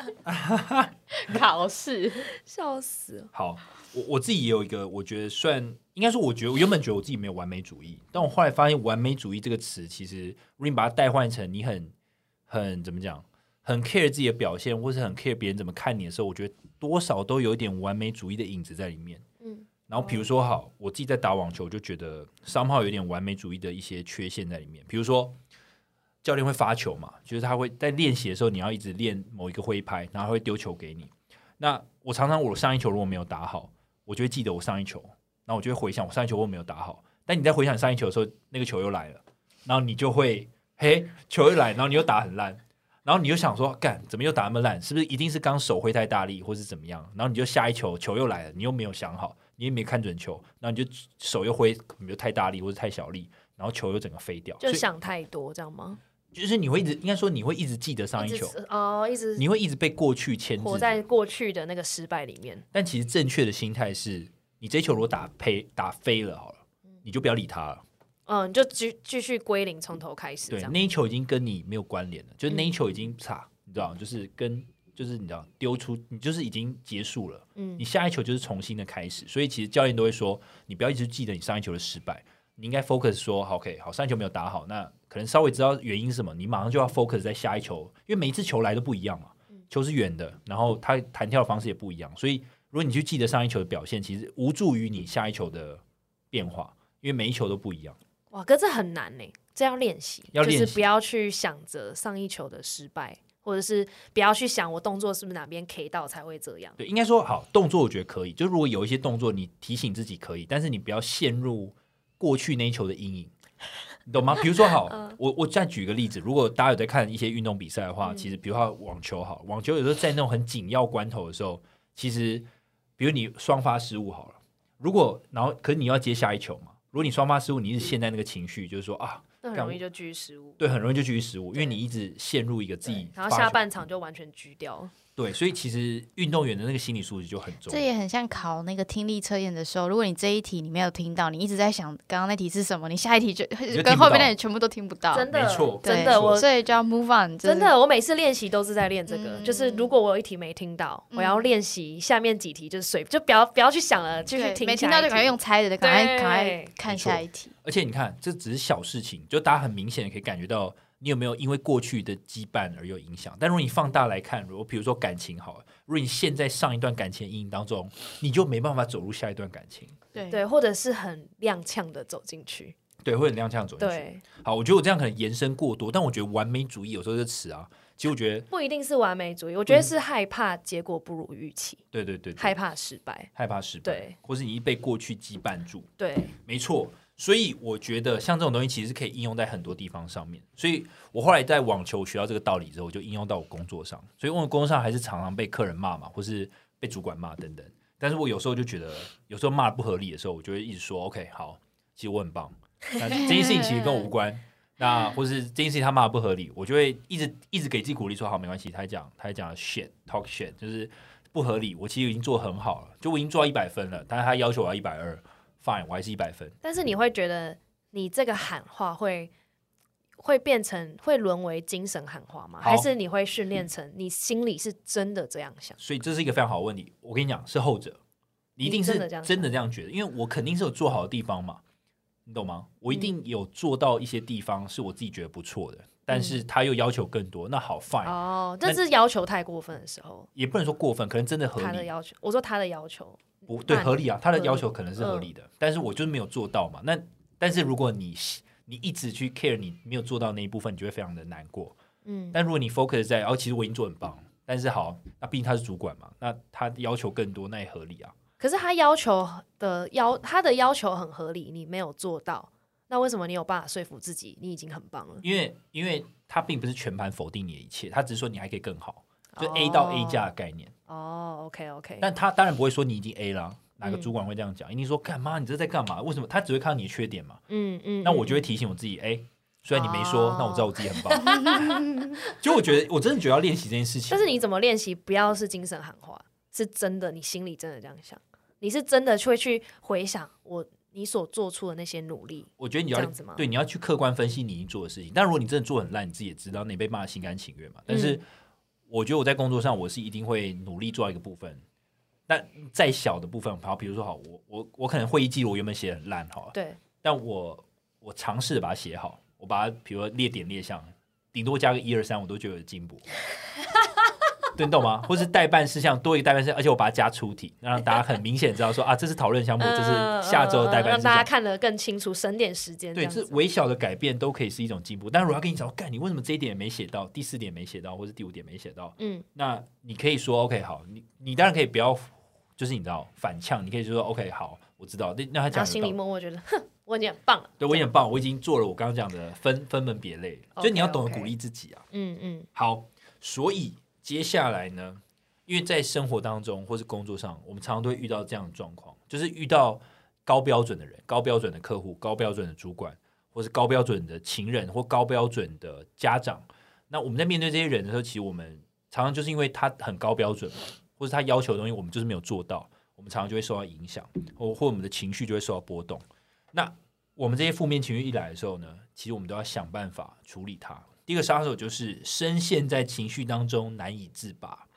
[SPEAKER 1] 去考 试，
[SPEAKER 2] 笑死了。
[SPEAKER 3] 好，我我自己也有一个，我觉得算应该说，我觉得我原本觉得我自己没有完美主义，但我后来发现“完美主义”这个词，其实如果你把它代换成你很很怎么讲，很 care 自己的表现，或是很 care 别人怎么看你的时候，我觉得多少都有一点完美主义的影子在里面。
[SPEAKER 2] 嗯
[SPEAKER 3] 然后比如说，好，我自己在打网球，我就觉得 somehow 有点完美主义的一些缺陷在里面。比如说，教练会发球嘛，就是他会在练习的时候，你要一直练某一个挥拍，然后他会丢球给你。那我常常我上一球如果没有打好，我就会记得我上一球，然后我就会回想我上一球我没有打好。但你在回想上一球的时候，那个球又来了，然后你就会嘿，球又来，然后你又打很烂，然后你就想说，干怎么又打那么烂？是不是一定是刚手挥太大力，或是怎么样？然后你就下一球，球又来了，你又没有想好，你也没看准球，然后你就手又挥，可能就太大力或是太小力，然后球又整个飞掉。
[SPEAKER 2] 就
[SPEAKER 3] 所以
[SPEAKER 2] 想太多，这样吗？
[SPEAKER 3] 就是你会一直，应该说你会一直记得上一球，
[SPEAKER 2] 哦，一直
[SPEAKER 3] 你会一直被过去牵制
[SPEAKER 2] 活
[SPEAKER 3] 住。
[SPEAKER 2] 在过去的那个失败里面。
[SPEAKER 3] 但其实正确的心态是，你这一球如果打飞打飞了好了，你就不要理他了。
[SPEAKER 2] 嗯，就继继续归零，从头开始这
[SPEAKER 3] 对，
[SPEAKER 2] 样。嗯
[SPEAKER 3] 那一球已经跟你没有关联了，就是那一球已经差，你知道，就是跟就是你知道丢出，你就是已经结束了。
[SPEAKER 2] 嗯
[SPEAKER 3] 你下一球就是重新的开始。所以其实教练都会说，你不要一直记得你上一球的失败，你应该 focus 说好，OK，好，上一球没有打好，那可能稍微知道原因是什么，你马上就要 focus 在下一球，因为每一次球来都不一样嘛，
[SPEAKER 2] 嗯
[SPEAKER 3] 球是远的，然后它弹跳的方式也不一样，所以如果你去记得上一球的表现，其实无助于你下一球的变化，因为每一球都不一样。
[SPEAKER 2] 哇，哥，这很难呢，这要练习，
[SPEAKER 3] 要
[SPEAKER 2] 就
[SPEAKER 3] 练
[SPEAKER 2] 是
[SPEAKER 3] 习
[SPEAKER 2] 不要去想着上一球的失败，或者是不要去想我动作是不是哪边 K 到才会这样。
[SPEAKER 3] 对，应该说好动作，我觉得可以。就如果有一些动作，你提醒自己可以，但是你不要陷入过去那一球的阴影，你懂吗？比如 说好，
[SPEAKER 2] 嗯
[SPEAKER 3] 我我再举一个例子，如果大家有在看一些运动比赛的
[SPEAKER 2] 嗯
[SPEAKER 3] 话，其实比如说网球好，网球有时候在那种很紧要关头的时候，其实比如你双发失误好了，如果然后可是你要接下一球嘛，如果你双发失误，你一直陷在那个情绪，就是说啊，
[SPEAKER 2] 那很
[SPEAKER 3] 干
[SPEAKER 2] 容易
[SPEAKER 3] 我
[SPEAKER 2] 就居失误。
[SPEAKER 3] 对，很容易就继续失误，因
[SPEAKER 2] 对
[SPEAKER 3] 为你一直陷入一个自己
[SPEAKER 2] 然后
[SPEAKER 3] 发
[SPEAKER 2] 下
[SPEAKER 3] 球嗯
[SPEAKER 2] 半场就完全居掉了。
[SPEAKER 3] 对，所以其实运动员的那个心理素质就很重要。
[SPEAKER 1] 这也很像考那个听力测验的时候，如果你这一题你没有听到，你一直在想刚刚那题是什么，你下一题就
[SPEAKER 3] 就
[SPEAKER 1] 跟
[SPEAKER 3] 听不
[SPEAKER 1] 后面
[SPEAKER 3] 到
[SPEAKER 1] 那题全部都听不到。
[SPEAKER 2] 真的，
[SPEAKER 3] 没错
[SPEAKER 1] 啊对
[SPEAKER 2] 真的，我
[SPEAKER 1] 所以就要 move on，就是
[SPEAKER 2] 真的，我每次练习都是在练这个，
[SPEAKER 1] 嗯
[SPEAKER 2] 就是如果我有一题没听到，我要练习下面几题，就是随就不要不要去想了，继续
[SPEAKER 1] 对
[SPEAKER 2] 听。
[SPEAKER 1] 没听到就赶快用，猜的，赶快赶快
[SPEAKER 2] 对
[SPEAKER 1] 看
[SPEAKER 3] 没错
[SPEAKER 1] 下一题。
[SPEAKER 3] 而且你看，这只是小事情，就大家很明显地可以感觉到你有没有因为过去的羁绊而有影响？但如果你放大来看，如果比如说感情好了，如果你陷在上一段感情的阴影当中，你就没办法走入下一段感情，
[SPEAKER 1] 对
[SPEAKER 2] 对，或者是很踉跄的走进去，
[SPEAKER 3] 对，会很踉跄走进去。
[SPEAKER 2] 对，
[SPEAKER 3] 好，我觉得我这样可能延伸过多，但我觉得完美主义有时候这词啊，其实我觉得，
[SPEAKER 2] 不一定是完美主义，我
[SPEAKER 3] 嗯
[SPEAKER 2] 觉得是害怕结果不如预期，
[SPEAKER 3] 对对对对
[SPEAKER 2] 害怕失败，
[SPEAKER 3] 害怕失败，
[SPEAKER 2] 对，
[SPEAKER 3] 或是你一被过去羁绊住，
[SPEAKER 2] 对，
[SPEAKER 3] 没错。所以我觉得像这种东西其实可以应用在很多地方上面。所以我后来在网球学到这个道理之后，我就应用到我工作上。所以我工作上还是常常被客人骂嘛，或是被主管骂等等。但是我有时候就觉得，有时候骂的不合理的时候，我就会一直说 OK，好，其实我很棒。那这件事情其实跟我无关。那或是这件事情他骂的不合理，我就会一直一直给自己鼓励说好，没关系。他讲他讲 shit talk shit，就是不合理。我其实已经做得很好了，就我已经做到一百分了，但是他要求我要一百二，fine，我还是一百分。
[SPEAKER 2] 但是你会觉得你这个喊话会会变成会沦为精神喊话吗？
[SPEAKER 3] 好
[SPEAKER 2] 还是你会训练成你心里是真的这样想？
[SPEAKER 3] 所以这是一个非常好的问题。我跟你讲，是后者，你一定是
[SPEAKER 2] 你真的这样想
[SPEAKER 3] 真的这样觉得，因为我肯定是有做好的地方嘛，你懂吗？我一
[SPEAKER 2] 嗯
[SPEAKER 3] 定有做到一些地方是我自己觉得不错的，但是他又要求更多，那好 fine，、
[SPEAKER 2] 嗯哦，
[SPEAKER 3] 哎那
[SPEAKER 2] 这是要求太过分的时候，
[SPEAKER 3] 也不能说过分，可能真的合
[SPEAKER 2] 他的
[SPEAKER 3] 理，
[SPEAKER 2] 要求，我说他的要求，
[SPEAKER 3] 不对，
[SPEAKER 2] 那
[SPEAKER 3] 合理啊，他的
[SPEAKER 2] 嗯
[SPEAKER 3] 要求可能是合理的，但是我就是没有做到嘛。那但是如果你你一直去 care 你没有做到那一部分，你就会非常的难过。
[SPEAKER 2] 嗯，
[SPEAKER 3] 但如果你 focus 在，哦，其实我已经做得很棒，但是好，那毕竟他是主管嘛，那他要求更多，那也合理啊。
[SPEAKER 2] 可是他要求的要他的要求很合理，你没有做到，那为什么你有办法说服自己你已经很棒了？
[SPEAKER 3] 因为因为他并不是全盘否定你的一切，他只是说你还可以更好，就
[SPEAKER 2] 哦
[SPEAKER 3] A 到 A 加的概念。
[SPEAKER 2] 哦，OK OK，
[SPEAKER 3] 但他当然不会说你已经 A 啦，哪个
[SPEAKER 2] 嗯
[SPEAKER 3] 主管会这样讲？一定说干嘛？你这在干嘛？为什么？他只会看到你的缺点嘛。
[SPEAKER 2] 嗯嗯，
[SPEAKER 3] 那我就
[SPEAKER 2] 觉
[SPEAKER 3] 会
[SPEAKER 2] 得
[SPEAKER 3] 提醒我自己，哎、虽然你没说
[SPEAKER 2] 哦，
[SPEAKER 3] 那我知道我自己很棒。 就我觉得，我真的觉得要练习这件事情。
[SPEAKER 2] 但是你怎么练习？不要是精神喊话，是真的，你心里真的这样想，你是真的会去回想我你所做出的那些努力。
[SPEAKER 3] 我觉得你
[SPEAKER 2] 这
[SPEAKER 3] 要
[SPEAKER 2] 样子吗
[SPEAKER 3] 对你要去客观分析你已经做的事情，但如果你真的做得很烂，你自己也知道，那你被骂得心甘情愿嘛。但是
[SPEAKER 2] 嗯
[SPEAKER 3] 我觉得我在工作上，我是一定会努力做到一个部分，但再小的部分，好，比如说好，我我我可能会议记录我原本写得很烂，好了，
[SPEAKER 2] 对，
[SPEAKER 3] 但我我尝试把它写好，我把它比如说列点列项，顶多加个一二三，我都觉得有进步。对，你懂吗？或是代办事项多一个代办事项，而且我把它加出题，让大家很明显知道说啊，这是讨论项目，这
[SPEAKER 2] 嗯
[SPEAKER 3] 是下周的
[SPEAKER 2] 嗯
[SPEAKER 3] 代
[SPEAKER 2] 嗯
[SPEAKER 3] 办
[SPEAKER 2] 让
[SPEAKER 3] 事
[SPEAKER 2] 大
[SPEAKER 3] 项
[SPEAKER 2] 家。看得更清楚，省点时间。
[SPEAKER 3] 对，
[SPEAKER 2] 这
[SPEAKER 3] 这
[SPEAKER 2] 样子
[SPEAKER 3] 微小的改变都可以是一种进步。但如果要跟你讲，干，你为什么这一点没写到，第四点没写到，或是第五点没写到？
[SPEAKER 2] 嗯，
[SPEAKER 3] 那你可以说 OK，好，你你当然可以不要，就是你知道反呛，你可以就说 OK，好，我知道。那那他
[SPEAKER 2] 然
[SPEAKER 3] 讲
[SPEAKER 2] 后心里
[SPEAKER 3] 的，
[SPEAKER 2] 默默觉得，哼，我已经很棒了。
[SPEAKER 3] 对我也很棒，我已经做了我刚刚讲的分分门别类，
[SPEAKER 2] OK，
[SPEAKER 3] 就你要懂得
[SPEAKER 2] OK
[SPEAKER 3] 鼓励自己啊。
[SPEAKER 2] 嗯嗯，
[SPEAKER 3] 好，所以接下来呢，因为在生活当中或是工作上，我们常常都会遇到这样的状况，就是遇到高标准的人、高标准的客户、高标准的主管，或是高标准的情人或高标准的家长。那我们在面对这些人的时候，其实我们常常就是因为他很高标准嘛，或是他要求的东西我们就是没有做到，我们常常就会受到影响，或或我们的情绪就会受到波动。那我们这些负面情绪一来的时候呢，其实我们都要想办法处理它。第一个杀手就是深陷在情绪当中难以自拔。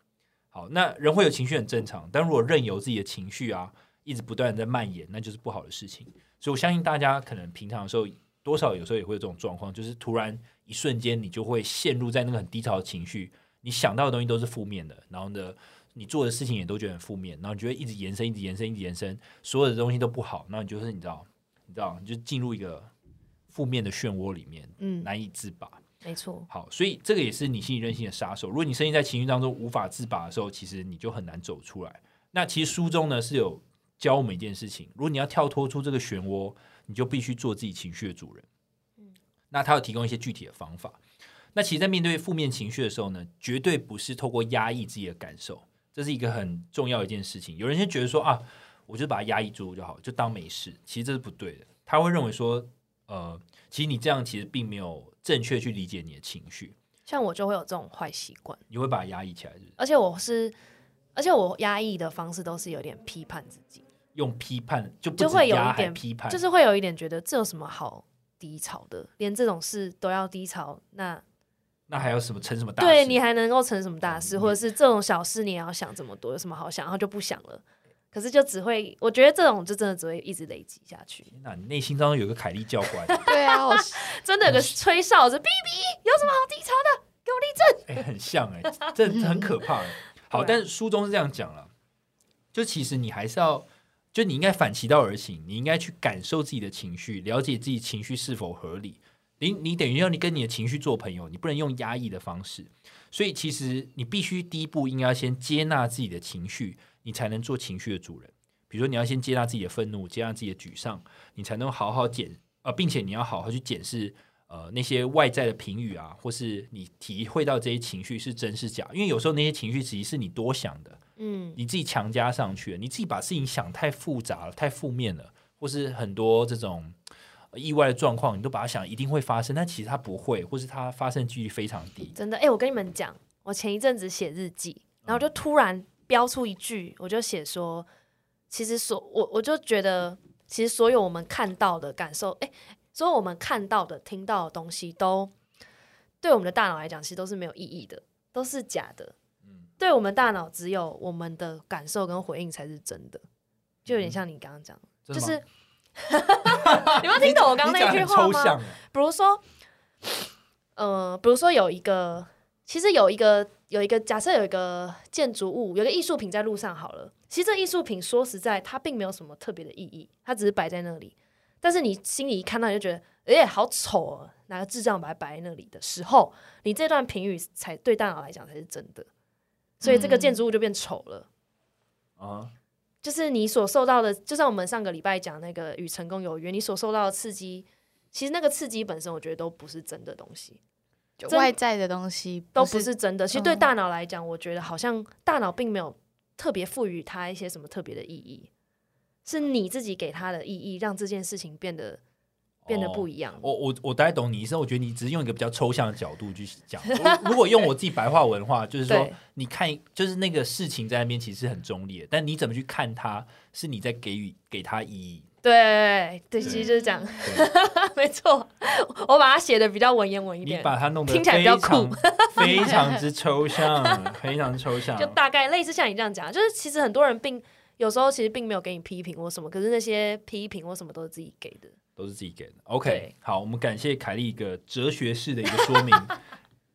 [SPEAKER 3] 好，那人会有情绪很正常，但如果任由自己的情绪啊一直不断的在蔓延，那就是不好的事情。所以我相信大家可能平常的时候多少有时候也会有这种状况，就是突然一瞬间你就会陷入在那个很低潮的情绪，你想到的东西都是负面的，然后呢，你做的事情也都觉得很负面，然后你就会一直延伸，一直延伸，一直延伸，所有的东西都不好，那你就是你知道，你知道，你就进入一个负面的漩涡里面，
[SPEAKER 2] 嗯
[SPEAKER 3] 难以自拔。
[SPEAKER 2] 没错。
[SPEAKER 3] 好，所以这个也是你心理韧性的杀手。如果你深陷在情绪当中无法自拔的时候，其实你就很难走出来。那其实书中呢是有教我们一件事情：如果你要跳脱出这个漩涡，你就必须做自己情绪的主人。那他有提供一些具体的方法。那其实，在面对负面情绪的时候呢，绝对不是透过压抑自己的感受，这是一个很重要的一件事情。有人就觉得说啊，我就把它压抑住就好，就当没事。其实这是不对的。他会认为说，呃，其实你这样其实并没有正确去理解你的情绪，
[SPEAKER 2] 像我就会有这种坏习惯，
[SPEAKER 3] 你会把它压抑起来，是不是？
[SPEAKER 2] 而且我是，而且我压抑的方式都是有点批判自己，
[SPEAKER 3] 用批判就不
[SPEAKER 2] 就
[SPEAKER 3] 止
[SPEAKER 2] 会有
[SPEAKER 3] 压
[SPEAKER 2] 一
[SPEAKER 3] 还
[SPEAKER 2] 点
[SPEAKER 3] 批判，
[SPEAKER 2] 就是会有一点觉得这有什么好低潮的，连这种事都要低潮，那
[SPEAKER 3] 那还有什么成什么大事？
[SPEAKER 2] 对你还能够成什么大事，
[SPEAKER 3] 嗯
[SPEAKER 2] 或者是这种小事你也要想这么多，有什么好想，然后就不想了。可是就只会，我觉得这种就真的只会一直累积下去，
[SPEAKER 3] 天哪，你内心当中有个凯莉教 官，
[SPEAKER 1] 对啊，我
[SPEAKER 2] 真的有个吹哨子，哔哔，有什么好低潮的？给我立正。
[SPEAKER 3] 哎、很像哎、这很可怕、哎好，
[SPEAKER 2] 对啊
[SPEAKER 3] 但是书中是这样讲了，就其实你还是要，就你应该反其道而行，你应该去感受自己的情绪，了解自己情绪是否合理。你你等于要你跟你的情绪做朋友，你不能用压抑的方式。所以其实你必须第一步应该先接纳自己的情绪，你才能做情绪的主人。比如说你要先接纳自己的愤怒，接纳自己的沮丧，你才能好好检呃，并且你要好好去检视呃那些外在的评语啊，或是你体会到这些情绪是真是假，因为有时候那些情绪其实是你多想的，
[SPEAKER 2] 嗯，
[SPEAKER 3] 你自己强加上去的，你自己把事情想太复杂了、太负面了，或是很多这种呃意外的状况，你都把它想一定会发生，但其实它不会，或是它发生的几率非常低。
[SPEAKER 2] 真的，哎、我跟你们讲，我前一阵子写日记，然后
[SPEAKER 3] 嗯
[SPEAKER 2] 就突然标出一句，我就写说，其实所我我就觉得，其实所有我们看到的感受，哎、所有我们看到的、听到的东西都，对我们的大脑来讲，其实都是没有意义的，都是假的。
[SPEAKER 3] 嗯
[SPEAKER 2] 对我们大脑，只有我们的感受跟回应才是真的，就有点像你刚刚讲的，
[SPEAKER 3] 嗯真
[SPEAKER 2] 就
[SPEAKER 3] 的吗
[SPEAKER 2] 是 你们听懂我刚刚
[SPEAKER 3] 你
[SPEAKER 2] 那
[SPEAKER 3] 讲
[SPEAKER 2] 一句
[SPEAKER 3] 得很
[SPEAKER 2] 话
[SPEAKER 3] 抽
[SPEAKER 2] 吗？
[SPEAKER 3] 象啊，
[SPEAKER 2] 比如说， 呃，比如说有一个，其实有一个有一个假设有一个建筑物，有个艺术品在路上好了。其实这艺术品说实在，它并没有什么特别的意义，它只是摆在那里。但是你心里一看到你就觉得，哎、好丑哦，哪个智障把它摆在那里的时候，你这段评语才对大脑来讲才是真的，所以这个建筑物就变丑了。
[SPEAKER 3] 啊，
[SPEAKER 2] 就是你所受到的，就像我们上个礼拜讲那个与成功有约，你所受到的刺激，其实那个刺激本身，我觉得都不是真的东西，
[SPEAKER 1] 就
[SPEAKER 2] 真
[SPEAKER 1] 外在的东西
[SPEAKER 2] 都不是真的。其实对
[SPEAKER 1] 嗯
[SPEAKER 2] 大脑来讲，我觉得好像大脑并没有特别赋予它一些什么特别的意义，是你自己给它的意义，让这件事情变得变得
[SPEAKER 3] 哦
[SPEAKER 2] 不一样。
[SPEAKER 3] 我我我大概懂你意思，我觉得你只是用一个比较抽象的角度去讲。 如如果用我自己白话文的话，就是说
[SPEAKER 2] 对，
[SPEAKER 3] 你看，就是那个事情在那边其实是很中立的，但你怎么去看它，是你在给予给它意义。
[SPEAKER 2] 对对，
[SPEAKER 3] 对
[SPEAKER 2] 其实就是这样，
[SPEAKER 3] 对
[SPEAKER 2] 没错。我把它写的比较文言文一
[SPEAKER 3] 你
[SPEAKER 2] 点，
[SPEAKER 3] 把它弄得
[SPEAKER 2] 听起来比
[SPEAKER 3] 非
[SPEAKER 2] 较
[SPEAKER 3] 常
[SPEAKER 2] 酷
[SPEAKER 3] 非常之抽象，非常抽象
[SPEAKER 2] 就。大概类似像你这样讲，就是其实很多人并有时候其实并没有给你批评或什么，可是那些批评或什么都是自己给的。
[SPEAKER 3] 都是自己给的。OK，
[SPEAKER 2] 对
[SPEAKER 3] 好，我们感谢凯莉一个哲学式的一个说 明，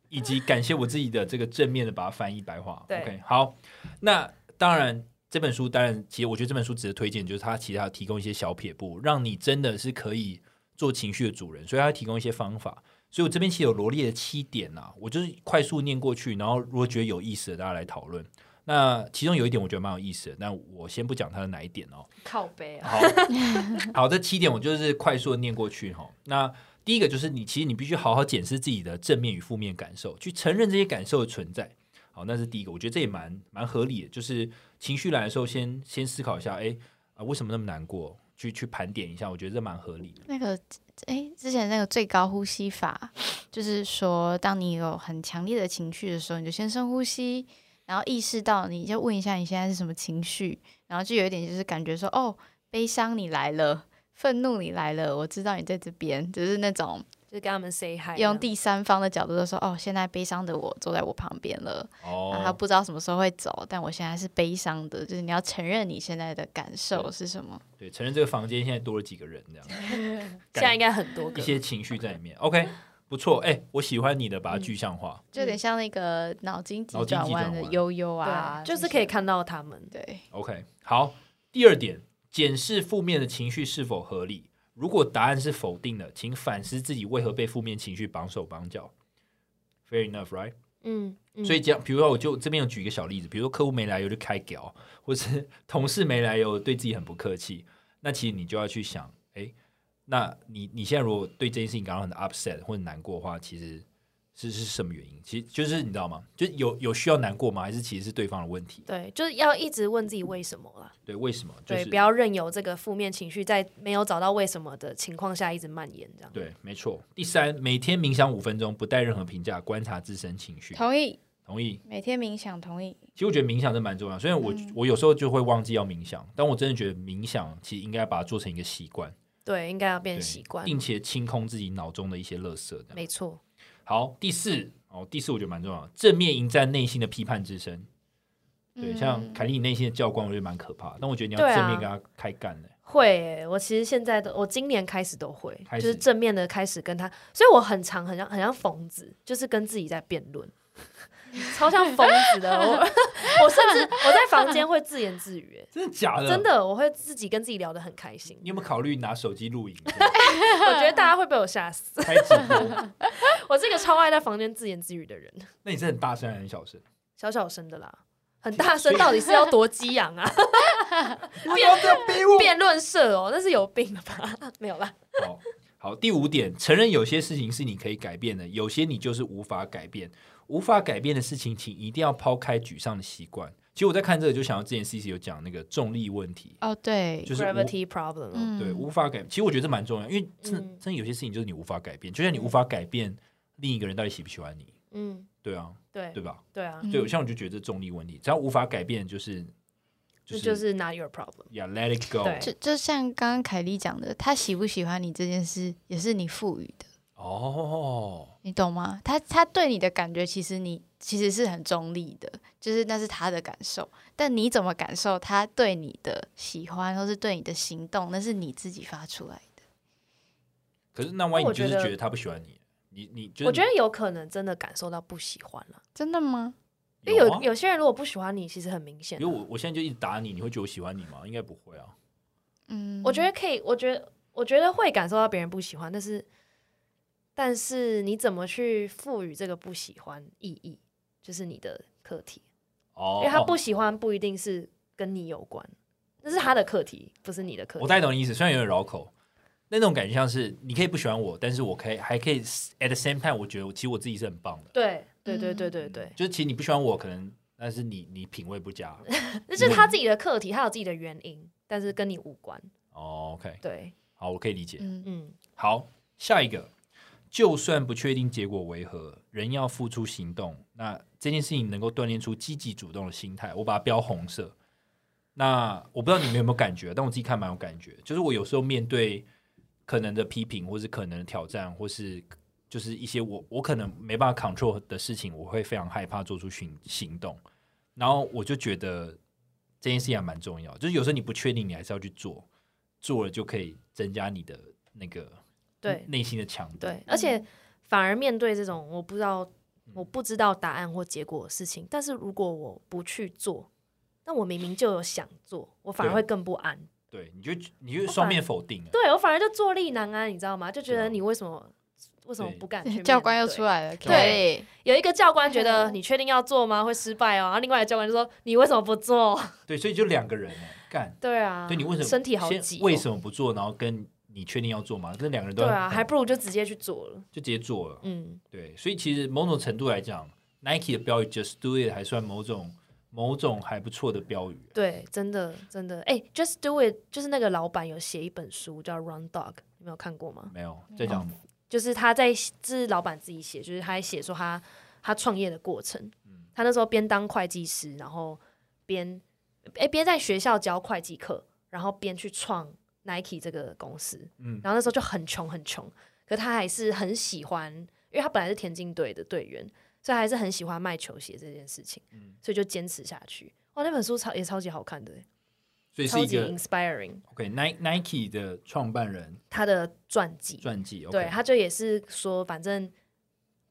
[SPEAKER 3] 以及感谢我自己的这个正面的把它翻译白话。
[SPEAKER 2] 对
[SPEAKER 3] OK，好，那当然。这本书当然，其实我觉得这本书值得推荐，就是它其实它提供一些小撇步，让你真的是可以做情绪的主人，所以它提供一些方法。所以我这边其实有罗列了七点啊，我就是快速念过去，然后如果觉得有意思的，大家来讨论。那其中有一点我觉得蛮有意思的，那我先不讲它的哪一点哦，
[SPEAKER 2] 靠背啊，
[SPEAKER 3] 好好，这七点我就是快速的念过去哈。那第一个就是你，其实你必须好好检视自己的正面与负面感受，去承认这些感受的存在。好，那是第一个，我觉得这也蛮蛮合理的，就是情绪来的时候先，先思考一下，哎啊、为什么那么难过？去去盘点一下，我觉得这蛮合理的。
[SPEAKER 1] 那个，哎，之前那个最高呼吸法，就是说，当你有很强烈的情绪的时候，你就先深呼吸，然后意识到，你就问一下你现在是什么情绪，然后就有一点就是感觉说，哦，悲伤你来了，愤怒你来了，我知道你在这边，就是那种
[SPEAKER 2] 就是跟他们 say hi，
[SPEAKER 1] 用第三方的角度就说，哦，现在悲伤的我坐在我旁边了，然后啊他
[SPEAKER 3] 哦，
[SPEAKER 1] 不知道什么时候会走，但我现在是悲伤的，就是你要承认你现在的感受是什么。
[SPEAKER 3] 对，承认这个房间现在多了几个人，这样
[SPEAKER 2] 这样现在应该很多个
[SPEAKER 3] 一。些情绪在里面。OK，不错，哎、我喜欢你的，把它具象化。
[SPEAKER 1] 就有点像那个脑筋急
[SPEAKER 3] 脑筋
[SPEAKER 1] 转
[SPEAKER 3] 急
[SPEAKER 1] 弯
[SPEAKER 3] 转
[SPEAKER 1] 的
[SPEAKER 3] 弯
[SPEAKER 1] 悠悠
[SPEAKER 2] 对
[SPEAKER 1] 啊
[SPEAKER 2] 啊，，就是
[SPEAKER 1] 那
[SPEAKER 2] 可以
[SPEAKER 1] 些
[SPEAKER 2] 看到他们。
[SPEAKER 1] 对，
[SPEAKER 3] OK，好，第二点，检视负面的情绪是否合理。如果答案是否定的，请反思自己为何被负面情绪绑手绑脚。Fair enough, right？、
[SPEAKER 2] 嗯，嗯
[SPEAKER 3] 所以这样，比如说，我就这边有举一个小例子，比如说客户没来由就开屌， 或是同事没来由对自己很不客气，那其实你就要去想，哎，那你你现在如果对这件事情感到很 upset 或者难过的话，其实是是什么原因？其实就是你知道吗？就有有需要难过吗？还是其实是对方的问题？
[SPEAKER 2] 对，就是要一直问自己为什么啦。
[SPEAKER 3] 对，为什么？就
[SPEAKER 2] 对，
[SPEAKER 3] 是
[SPEAKER 2] 不要任由这个负面情绪在没有找到为什么的情况下一直蔓延，这样。
[SPEAKER 3] 对，没错。第三，每天冥想五分钟，不带任何评价，观察自身情绪。
[SPEAKER 1] 同意，
[SPEAKER 3] 同意。
[SPEAKER 1] 每天冥想同意，
[SPEAKER 3] 其实我觉得冥想真的蛮重要，虽然我、
[SPEAKER 2] 嗯
[SPEAKER 3] 我有时候就会忘记要冥想，但我真的觉得冥想其实应该把它做成一个习惯，
[SPEAKER 2] 对，应该要
[SPEAKER 3] 对
[SPEAKER 2] 变习惯。
[SPEAKER 3] 并且清空自己脑中的一些垃圾这样。
[SPEAKER 2] 没错，
[SPEAKER 3] 好，第四，哦，第四我觉得蛮重要，正面迎战内心的批判之声。对，
[SPEAKER 1] 嗯
[SPEAKER 3] 像凯莉你内心的教官，我觉得蛮可怕的。但我觉得你要
[SPEAKER 2] 对啊
[SPEAKER 3] 正面跟他开干的、
[SPEAKER 2] 会欸、我其实现在都，我今年开始都会，
[SPEAKER 3] 开
[SPEAKER 2] 就
[SPEAKER 3] 始
[SPEAKER 2] 是正面的开始跟他，所以我很常很像很像疯子，就是跟自己在辩论， 超像疯子的。我我甚至我在房间会自言自语、
[SPEAKER 3] 真的假
[SPEAKER 2] 欸，
[SPEAKER 3] 的？
[SPEAKER 2] 真。的，我会自己跟自己聊得很开心。
[SPEAKER 3] 你有没有考虑拿手机录影
[SPEAKER 2] 我觉得大家会被我吓死，
[SPEAKER 3] 开直播？
[SPEAKER 2] 我是一个超爱在房间自言自语的人，
[SPEAKER 3] 那你是很大声还是很小声？
[SPEAKER 2] 小小声的啦。很大声，到底是要多激昂啊？
[SPEAKER 3] 你不要这样逼我！
[SPEAKER 2] 辩论社哦，那是有病了吧？ 没有啦，
[SPEAKER 3] 好好，第五点，承认有些事情是你可以改变的，有些你就是无法改变。无法改变的事情，请一定要抛开沮丧的习惯。其实我在看这个，就想到之前 C C 有讲那个重力问题，
[SPEAKER 1] 哦，对，
[SPEAKER 3] 就是无
[SPEAKER 2] gravity problem 哦、
[SPEAKER 1] 嗯，
[SPEAKER 3] 对无法改。其实我觉得这蛮重要，因为真的、
[SPEAKER 2] 嗯
[SPEAKER 3] 真的有些事情就是你无法改变，就像你无法改变另一个人到底喜不喜欢你，
[SPEAKER 2] 嗯，
[SPEAKER 3] 对啊，
[SPEAKER 2] 对
[SPEAKER 3] 对吧？
[SPEAKER 2] 对啊，
[SPEAKER 1] 嗯
[SPEAKER 3] 所以像我就觉得这重力问题，只要无法改变，就是
[SPEAKER 2] 这
[SPEAKER 3] 就是
[SPEAKER 2] 就是 not your problem。
[SPEAKER 3] yeah let it go
[SPEAKER 2] 对
[SPEAKER 1] 就就像刚刚凯莉讲的，他喜不喜欢你这件事也是你赋予的，
[SPEAKER 3] 哦。
[SPEAKER 1] 你懂吗？他他对你的感觉，其实你其实是很中立的，就是那是他的感受，但你怎么感受他对你的喜欢，或是对你的行动，那是你自己发出来的。
[SPEAKER 3] 可是那万一
[SPEAKER 2] 我
[SPEAKER 3] 你就是
[SPEAKER 2] 觉得
[SPEAKER 3] 觉得他不喜欢你，你你就是
[SPEAKER 2] 我觉得有可能真的感受到不喜欢了，
[SPEAKER 1] 真的吗？
[SPEAKER 2] 因为有
[SPEAKER 3] 啊嗯
[SPEAKER 2] 有些人如果不喜欢你，其实很明显
[SPEAKER 3] 比。如我我现在就一直打你，你会觉得我喜欢你吗？应该不会啊。
[SPEAKER 1] 嗯，
[SPEAKER 2] 我觉得可以，我觉得我觉得会感受到别人不喜欢，但是但是你怎么去赋予这个不喜欢意义，就是你的课题，
[SPEAKER 3] 哦，
[SPEAKER 2] 因为他不
[SPEAKER 3] 哦
[SPEAKER 2] 喜欢不一定是跟你有关，那是他的课题，不是你的课
[SPEAKER 3] 我
[SPEAKER 2] 题。
[SPEAKER 3] 大概懂你意思，虽然有点绕口，那种感觉像是你可以不喜欢我，但是我可以还可以 at the same time，我觉得我其实我自己是很棒的。
[SPEAKER 2] 对对对对对对，
[SPEAKER 3] 就是其实你不喜欢我，可能但是你你品味不佳。
[SPEAKER 2] 那是他自己的课题，他有自己的原因，但是跟你无关。
[SPEAKER 3] 哦，OK，
[SPEAKER 2] 对，
[SPEAKER 3] 好，我可以理解。
[SPEAKER 1] 嗯，
[SPEAKER 2] 嗯，
[SPEAKER 3] 好，下一个，就算不确定结果为何，人要付出行动。那这件事情能够锻炼出积极主动的心态，我把它标红色。那我不知道你们有没有感觉，但我自己看蛮有感觉。就是我有时候面对可能的批评，或是可能的挑战，或是就是一些我我可能没办法 control 的事情，我会非常害怕做出行行动。然后我就觉得这件事情还蛮重要，就是有时候你不确定，你还是要去做，做了就可以增加你的那个
[SPEAKER 2] 对，
[SPEAKER 3] 内心的强大。
[SPEAKER 2] 对，而且反而面对这种我不知道、我不知道答案或结果的事情，但是如果我不去做，那我明明就有想做，我反而
[SPEAKER 3] 对啊
[SPEAKER 2] 会更不安。
[SPEAKER 3] 对，你就你就双面否定了。啊
[SPEAKER 2] 对我反而就坐立难安，你知道吗？就觉
[SPEAKER 3] 对啊
[SPEAKER 2] 得你为什么为什么
[SPEAKER 3] 对
[SPEAKER 2] 不敢去面对？
[SPEAKER 1] 教官又出来了，可以，
[SPEAKER 2] 有一个教官 觉得你确定要做吗？会失败哦。然后另外一个教官就说你为什么不做？
[SPEAKER 3] 对，所以就两个人哎干。
[SPEAKER 2] 对啊，
[SPEAKER 3] 对你为什么
[SPEAKER 2] 身体好
[SPEAKER 3] 先
[SPEAKER 2] 挤哦、
[SPEAKER 3] 为什么不做？然后跟你确定要做吗？这两个人都
[SPEAKER 2] 对啊，
[SPEAKER 3] 很
[SPEAKER 2] 还不如就直接去做了。
[SPEAKER 3] 就直接做了。
[SPEAKER 2] 嗯，
[SPEAKER 3] 对，所以其实某种程度来讲，Nike 的标语 “Just Do It” 还算某种某种还不错的标语。
[SPEAKER 2] 对，真的真的，哎、j u s t Do It，就是那个老板有写一本书叫《Run Dog》，你们有看过吗？
[SPEAKER 3] 没有
[SPEAKER 2] 嗯
[SPEAKER 3] 在讲
[SPEAKER 2] 就是他在这是老板自己写，就是他在写说他他创业的过程。
[SPEAKER 3] 嗯
[SPEAKER 2] 他那时候边当会计师，然后边诶边在学校教会计课，然后边去创 Nike 这个公司。
[SPEAKER 3] 嗯
[SPEAKER 2] 然后那时候就很穷很穷，可他还是很喜欢，因为他本来是田径队的队员，所以他还是很喜欢卖球鞋这件事情，
[SPEAKER 3] 嗯
[SPEAKER 2] 所以就坚持下去。哇，那本书超也超级好看的，欸
[SPEAKER 3] 所以是
[SPEAKER 2] 超
[SPEAKER 3] 一
[SPEAKER 2] 级
[SPEAKER 3] 个
[SPEAKER 2] inspiring，
[SPEAKER 3] OK Nike Nike 的创办人
[SPEAKER 2] 他的传记。
[SPEAKER 3] 传记。OK，
[SPEAKER 2] 对，他就也是说，反正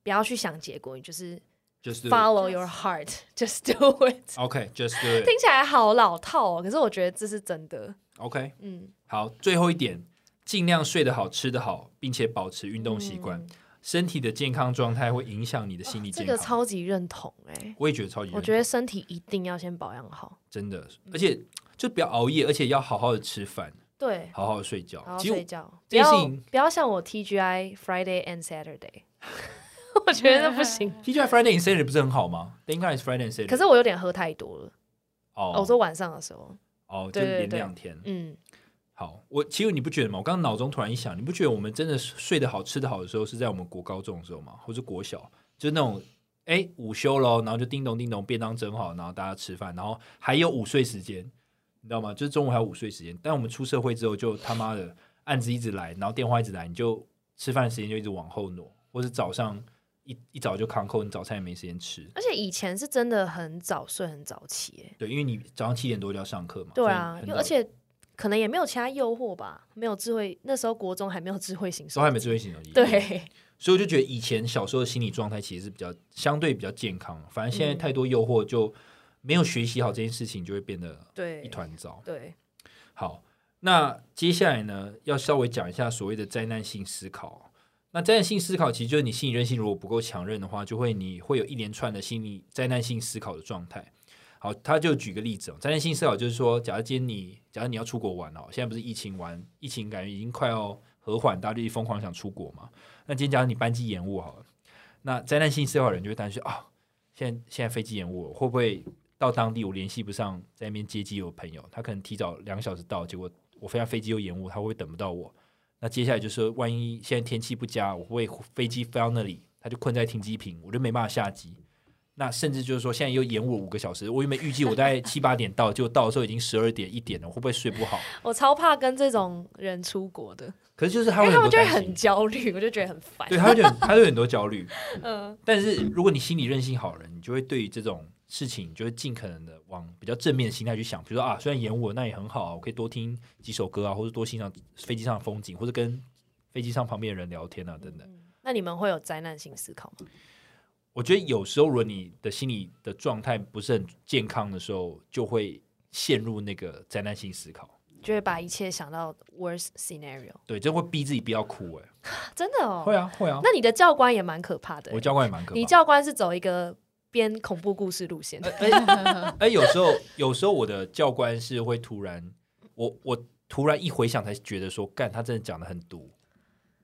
[SPEAKER 2] 不要去想结果，你就是
[SPEAKER 3] Just Do
[SPEAKER 2] follow your heart, just do it。
[SPEAKER 3] It。OK，Just Do It。
[SPEAKER 2] 听起来好老套哦，可是我觉得这是真的。
[SPEAKER 3] OK，
[SPEAKER 2] 嗯，
[SPEAKER 3] 好，最后一点，尽量睡得好，吃得好，并且保持运动习惯。
[SPEAKER 2] 嗯
[SPEAKER 3] 身体的健康状态会影响你的心理
[SPEAKER 2] 啊这
[SPEAKER 3] 健
[SPEAKER 2] 个
[SPEAKER 3] 康。
[SPEAKER 2] 超级认同哎、
[SPEAKER 3] 我也觉得超级认同，
[SPEAKER 2] 我觉得身体一定要先保养好。
[SPEAKER 3] 真的，而且就不要熬夜，而且要好好的吃饭，
[SPEAKER 2] 对，
[SPEAKER 3] 好好的睡觉。
[SPEAKER 2] 然后
[SPEAKER 3] 其实
[SPEAKER 2] 睡
[SPEAKER 3] 我
[SPEAKER 2] 觉，不
[SPEAKER 3] 这件事
[SPEAKER 2] 要
[SPEAKER 3] 情
[SPEAKER 2] 不要像我 TGI Friday and Saturday，我觉得那不行。
[SPEAKER 3] TGI Friday and Saturday 不是很好吗？Then guys Friday and Saturday，
[SPEAKER 2] 可是我有点喝太多了，
[SPEAKER 3] 哦
[SPEAKER 2] 哦我说晚上的时候，
[SPEAKER 3] 哦，就
[SPEAKER 2] 对对
[SPEAKER 3] 连
[SPEAKER 2] 对
[SPEAKER 3] 两天。
[SPEAKER 2] 嗯，
[SPEAKER 3] 好，我其实你不觉得吗？我刚刚脑中突然一想，你不觉得我们真的睡得好、吃得好的时候是在我们国高中的时候吗？或是国小，就是那种哎午休喽，然后就叮咚叮咚便当蒸好，然后大家吃饭，然后还有午睡时间，你知道吗？就是中午还有午睡时间。但我们出社会之后，就他妈的案子一直来，然后电话一直来，你就吃饭时间就一直往后挪，或是早上一一早就扛扣，你早餐也没时间吃。
[SPEAKER 2] 而且以前是真的很早睡很早起、欸，
[SPEAKER 3] 对，因为你早上七点多就要上课嘛。
[SPEAKER 2] 对啊，
[SPEAKER 3] 所以
[SPEAKER 2] 因
[SPEAKER 3] 很早
[SPEAKER 2] 为而且可能也没有其他诱惑吧，没有智慧，那时候国中还没有智慧型手
[SPEAKER 3] 都还没
[SPEAKER 2] 机
[SPEAKER 3] 智慧型手机。，
[SPEAKER 2] 对，
[SPEAKER 3] 所以我就觉得以前小时候的心理状态其实是比较相对比较健康，反正现在
[SPEAKER 2] 嗯
[SPEAKER 3] 太多诱惑，就没有学习好这件事情，就会变得一
[SPEAKER 2] 对，
[SPEAKER 3] 团糟。
[SPEAKER 2] 对，
[SPEAKER 3] 好，那接下来呢，要稍微讲一下所谓的灾难性思考。那灾难性思考其实就是你心理韧性如果不够强韧的话，就会你会有一连串的心理灾难性思考的状态。好，他就举个例子哦，灾难性思考就是说，假如今天你，假如你要出国玩哦，现在不是疫情玩，疫情感觉已经快要和缓，大家就疯狂想出国嘛。那今天假如你班机延误好了，那灾难性思考的人就会担心啊，现在现在飞机延误了，会不会到当地我联系不上在那边接机有朋友，他可能提早两个小时到，结果我飞上飞机又延误，他会不会等不到我。那接下来就是万一现在天气不佳，我会飞机飞到那里，他就困在停机坪，我就没办法下机。那甚至就是说，现在又延误了五个小时。我原本预计我大概七八点到，结果到的时候已经十二点一点了，我会不会睡不好？
[SPEAKER 2] 我超怕跟这种人出国的，
[SPEAKER 3] 可是就是他
[SPEAKER 2] 因
[SPEAKER 3] 会
[SPEAKER 2] 为他
[SPEAKER 3] 很
[SPEAKER 2] 们
[SPEAKER 3] 多
[SPEAKER 2] 就会
[SPEAKER 3] 担
[SPEAKER 2] 很
[SPEAKER 3] 心，
[SPEAKER 2] 焦虑，我就觉得很烦。
[SPEAKER 3] 对，他就很他就很多焦虑。
[SPEAKER 2] 嗯，
[SPEAKER 3] 但是如果你心理韧性好了，你就会对于这种事情，你就会尽可能的往比较正面的心态去想。比如说啊，虽然延误了，那也很好啊，我可以多听几首歌啊，或者多欣赏飞机上的风景，或者跟飞机上旁边的人聊天啊，等等。
[SPEAKER 2] 那你们会有灾难性思考吗？
[SPEAKER 3] 我觉得有时候如果你的心理的状态不是很健康的时候，就会陷入那个灾难性思考。
[SPEAKER 2] 就会把一切想到 worst scenario，
[SPEAKER 3] 对，就会逼自己不要哭、欸。
[SPEAKER 2] 真的哦。
[SPEAKER 3] 会啊，会啊。
[SPEAKER 2] 那你的教官也蛮可怕的欸、
[SPEAKER 3] 我教官也蛮可怕呃
[SPEAKER 2] 你
[SPEAKER 3] 的。
[SPEAKER 2] 教官是走一个编恐怖故事路线，
[SPEAKER 3] 哎，有时候有时候我的教官是会突然，我我突然一回想才觉得说，干他真的讲的很毒。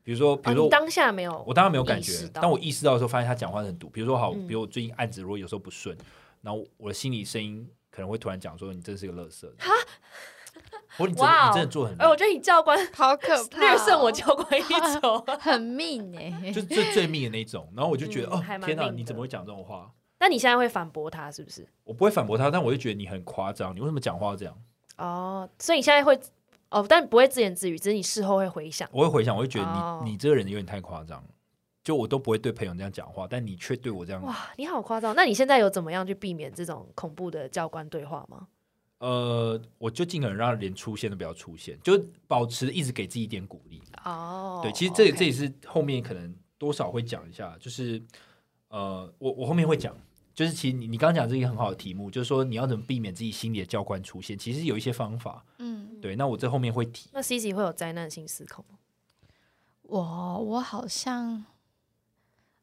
[SPEAKER 3] 比如说，比
[SPEAKER 2] 哦
[SPEAKER 3] 如说
[SPEAKER 2] 你，当下没有
[SPEAKER 3] 我当然没有感
[SPEAKER 2] 意识
[SPEAKER 3] 觉，
[SPEAKER 2] 到
[SPEAKER 3] 但我意识到的时候，发现他讲话很毒。比如说，好，
[SPEAKER 2] 嗯
[SPEAKER 3] 比如我最近案子如果有时候不顺，然后我的心里声音可能会突然讲说，你真是个垃圾。我你真的
[SPEAKER 2] 哇哦
[SPEAKER 3] 你真的做得很
[SPEAKER 2] 哎、我
[SPEAKER 3] 烂，
[SPEAKER 2] 觉得你教官
[SPEAKER 1] 好可怕、哦
[SPEAKER 2] 略胜我教官一 筹。
[SPEAKER 1] 很命哎、
[SPEAKER 3] 就是最最命的那种。然后我就觉得，
[SPEAKER 2] 嗯
[SPEAKER 3] 哦
[SPEAKER 2] 还，蛮
[SPEAKER 3] 天哪，
[SPEAKER 2] 命的
[SPEAKER 3] 你怎么会讲这种话？
[SPEAKER 2] 那你现在会反驳他是不是？
[SPEAKER 3] 我不会反驳他，但我就觉得你很夸张，你为什么讲话这样？
[SPEAKER 2] 哦，所以你现在会哦，但不会自言自语，只是你事后会回想。
[SPEAKER 3] 我会回想，我会觉得你、
[SPEAKER 2] 哦
[SPEAKER 3] 你这个人有点太夸张了，就我都不会对朋友这样讲话，但你却对我这样，
[SPEAKER 2] 哇，你好夸张！那你现在有怎么样去避免这种恐怖的教官对话吗？
[SPEAKER 3] 呃，我就尽可能让他连出现都不要出现，就保持一直给自己一点鼓励。
[SPEAKER 2] 哦，
[SPEAKER 3] 对，其实这
[SPEAKER 2] OK
[SPEAKER 3] 这也是后面可能多少会讲一下，就是呃，我我后面会讲。就是其实你你刚刚讲这个很好的题目，就是说你要怎么避免自己心里的教官出现，其实有一些方法。
[SPEAKER 1] 嗯，
[SPEAKER 3] 对，那我这后面会提。
[SPEAKER 2] 那 C C 会有灾难性思考吗？
[SPEAKER 1] 我我好像，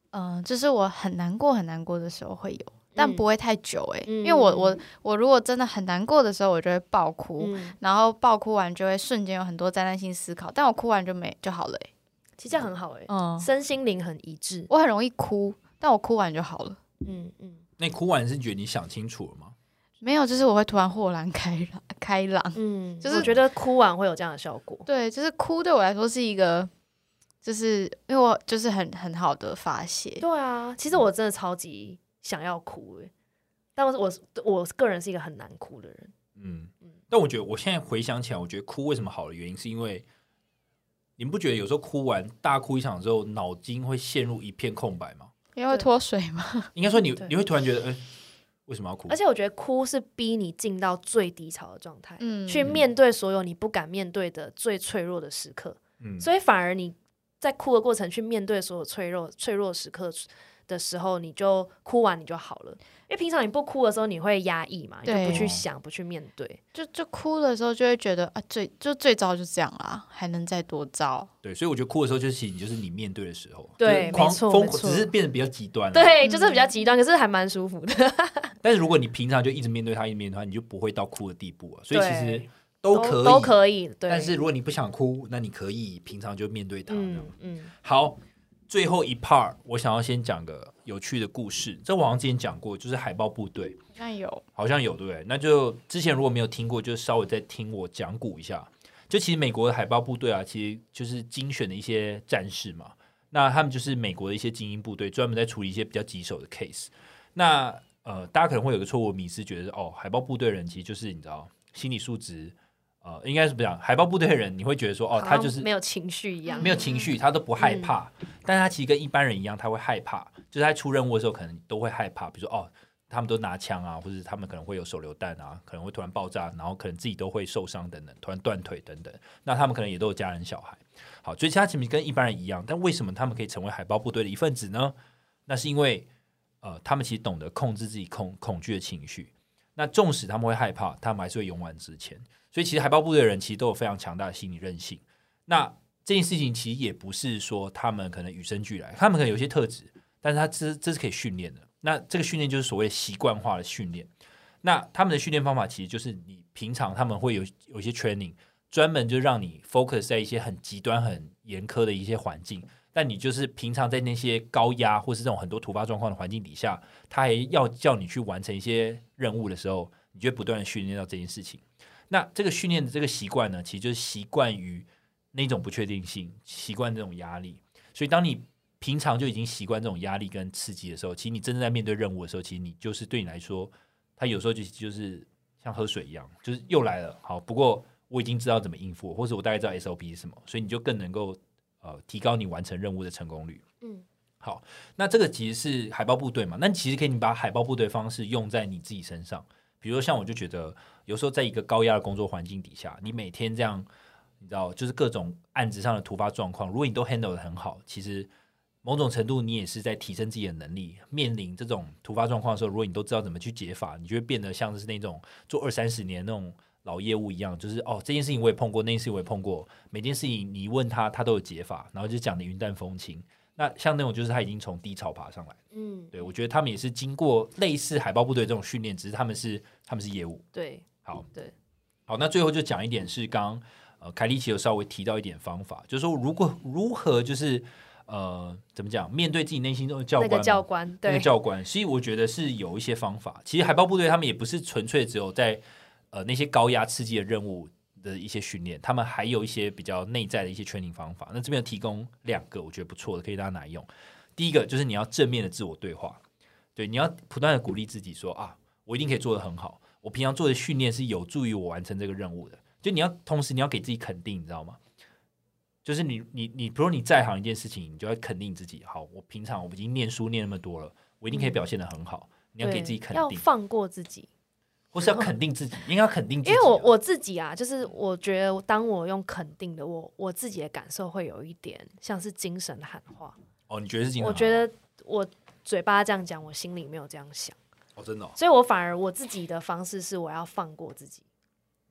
[SPEAKER 1] 嗯、就是我很难过很难过的时候会有，但
[SPEAKER 2] 嗯
[SPEAKER 1] 不会太久哎、因
[SPEAKER 2] 嗯
[SPEAKER 1] 为我我我如果真的很难过的时候，我就会爆哭。
[SPEAKER 2] 嗯，
[SPEAKER 1] 然后爆哭完就会瞬间有很多灾难性思考，但我哭完就没就好了、欸。
[SPEAKER 2] 其实这样很好哎、
[SPEAKER 1] 嗯，
[SPEAKER 2] 身心灵很一致。
[SPEAKER 1] 我很容易哭，但我哭完就好了。
[SPEAKER 2] 嗯嗯
[SPEAKER 3] 那你哭完是觉得你想清楚了吗？
[SPEAKER 1] 没有，就是我会突然豁然开朗，开朗。
[SPEAKER 2] 嗯，
[SPEAKER 1] 就
[SPEAKER 2] 就是是觉得哭完会有这样的效果。
[SPEAKER 1] 对，就是哭对我来说是一个，就是因为我就是很很好的发泄。
[SPEAKER 2] 对啊，其实我真的超级想要哭哎、但我我我个人是一个很难哭的人。
[SPEAKER 3] 嗯
[SPEAKER 2] 嗯，
[SPEAKER 3] 但我觉得我现在回想起来，我觉得哭为什么好的原因，是因为你们不觉得有时候哭完大哭一场之后，脑筋会陷入一片空白吗？
[SPEAKER 1] 因为会
[SPEAKER 2] 对
[SPEAKER 1] 脱水嘛，
[SPEAKER 3] 应该说你
[SPEAKER 2] 对
[SPEAKER 3] 你会突然觉得，哎、为什么要哭
[SPEAKER 2] 而？且我觉得哭是逼你进到最低潮的状态，
[SPEAKER 1] 嗯
[SPEAKER 2] 去面对所有你不敢面对的最脆弱的时刻，
[SPEAKER 3] 嗯，
[SPEAKER 2] 所以反而你在哭的过程去面对所有脆弱脆弱时刻的时候，你就哭完你就好了，因为平常你不哭的时候你会压抑嘛，你
[SPEAKER 1] 对
[SPEAKER 2] 就不去想，不去面对，
[SPEAKER 1] 就就哭的时候就会觉得啊，最就最糟就这样啦，还能再多糟？
[SPEAKER 3] 对，所以我觉得哭的时候就是其实你就是你面对的时候，
[SPEAKER 2] 对
[SPEAKER 3] 就是狂
[SPEAKER 2] 没错
[SPEAKER 3] 疯
[SPEAKER 2] 没
[SPEAKER 3] 狂，
[SPEAKER 2] 错
[SPEAKER 3] 只是变得比较极端了。，
[SPEAKER 2] 对，就是比较极端，可是还蛮舒服的，
[SPEAKER 3] 但是如果你平常就一直面对他，一直面对他，你就不会到哭的地步啊。所以其实
[SPEAKER 2] 对
[SPEAKER 3] 都可以，
[SPEAKER 2] 都可以，对，
[SPEAKER 3] 但是如果你不想哭，那你可以平常就面对他。这样
[SPEAKER 2] 嗯嗯，
[SPEAKER 3] 好，最后一 part 我想要先讲个有趣的故事，这我好像之前讲过，就是海豹部队，
[SPEAKER 1] 好像有，
[SPEAKER 3] 好像有对不对？那就之前如果没有听过，就稍微再听我讲古一下。就其实美国的海豹部队啊，其实就是精选的一些战士嘛，那他们就是美国的一些精英部队，专门在处理一些比较棘手的 case。那呃，大家可能会有个错误的迷思，觉得是哦，海豹部队人其实就是你知道心理素质。呃，应该是不讲海豹部队的人，你会觉得说哦，他
[SPEAKER 1] 好像
[SPEAKER 3] 就是
[SPEAKER 1] 没有情绪一样
[SPEAKER 3] 没。有情绪，他都不害怕，但是他其实跟一般人一样，他会害怕，就是他出任务的时候可能都会害怕，比如说哦，他们都拿枪啊，或者他们可能会有手榴弹啊，可能会突然爆炸，然后可能自己都会受伤等等，突然断腿等等，那他们可能也都有家人小孩，好，所以其实他其实跟一般人一样，但为什么他们可以成为海豹部队的一份子呢？那是因为呃，他们其实懂得控制自己恐恐惧的情绪。那纵使他们会害怕，他们还是会勇往直前。所以其实海豹部队的人其实都有非常强大的心理韧性。那这件事情其实也不是说他们可能与生俱来，他们可能有一些特质，但是他这这是可以训练的。那这个训练就是所谓习惯化的训练。那他们的训练方法其实就是你平常他们会有有一些 training，专门就让你 focus 在一些很极端、很严苛的一些环境。但你就是平常在那些高压或是这种很多突发状况的环境底下，他还要叫你去完成一些任务的时候，你就会不断的训练到这件事情。那这个训练的这个习惯呢，其实就是习惯于那种不确定性，习惯这种压力。所以，当你平常就已经习惯这种压力跟刺激的时候，其实你真正在面对任务的时候，其实你就是对你来说，它有时候就就是像喝水一样，就是又来了。好，不过我已经知道怎么应付，或者我大概知道 SOP 是什么，所以你就更能够呃提高你完成任务的成功率。
[SPEAKER 2] 嗯，
[SPEAKER 3] 好，那这个其实是海豹部队嘛，那其实可以你把海豹部队的方式用在你自己身上，比如说像我就觉得有时候在一个高压的工作环境底下，你每天这样，你知道就是各种案子上的突发状况，如果你都 handle 的很好，其实某种程度你也是在提升自己的能力。面临这种突发状况的时候，如果你都知道怎么去解法，你就会变得像是那种做二三十年那种老业务一样，就是哦这件事情我也碰过，那件事情我也碰过，每件事情你问他，他都有解法，然后就讲的云淡风轻。那像那种就是他已经从低潮爬上来，
[SPEAKER 2] 嗯，
[SPEAKER 3] 对我觉得他们也是经过类似海豹部队这种训练，只是他们是他们是业务，
[SPEAKER 2] 对，
[SPEAKER 3] 好，
[SPEAKER 2] 对，
[SPEAKER 3] 好，那最后就讲一点是刚刚呃凯莉奇有稍微提到一点方法，就是说如果如何就是呃怎么讲，面对自己内心中的教
[SPEAKER 2] 那
[SPEAKER 3] 官嘛，啊
[SPEAKER 2] 个教官，
[SPEAKER 3] 那个
[SPEAKER 2] 对，
[SPEAKER 3] 教官，所以我觉得是有一些方法。其实海豹部队他们也不是纯粹只有在呃那些高压刺激的任务的一些训练，他们还有一些比较内在的一些 training 方法。那这边有提供两个我觉得不错的，可以大家拿来用。第一个就是你要正面的自我对话，对，你要不断的鼓励自己说啊，我一定可以做得很好，我平常做的训练是有助于我完成这个任务的。就你要同时你要给自己肯定，你知道吗？就是你你你，比如你在行一件事情，你就要肯定自己。好，我平常我已经念书念那么多了，我一定可以表现的很好。你要给
[SPEAKER 2] 对
[SPEAKER 3] 自己肯
[SPEAKER 2] 要
[SPEAKER 3] 定，
[SPEAKER 2] 放过自己。
[SPEAKER 3] 或是要肯定自己，应该要肯定自己
[SPEAKER 2] 因
[SPEAKER 3] 啊。嗯
[SPEAKER 2] 为我我自己啊，就是我觉得，当我用肯定的我，我自己的感受会有一点像是精神的喊话。
[SPEAKER 3] 哦，你觉得是经常？
[SPEAKER 2] 我觉得我嘴巴这样讲，我心里没有这样想，
[SPEAKER 3] 哦，真的哦、
[SPEAKER 2] 所以我反而我自己的方式是我要放过自己，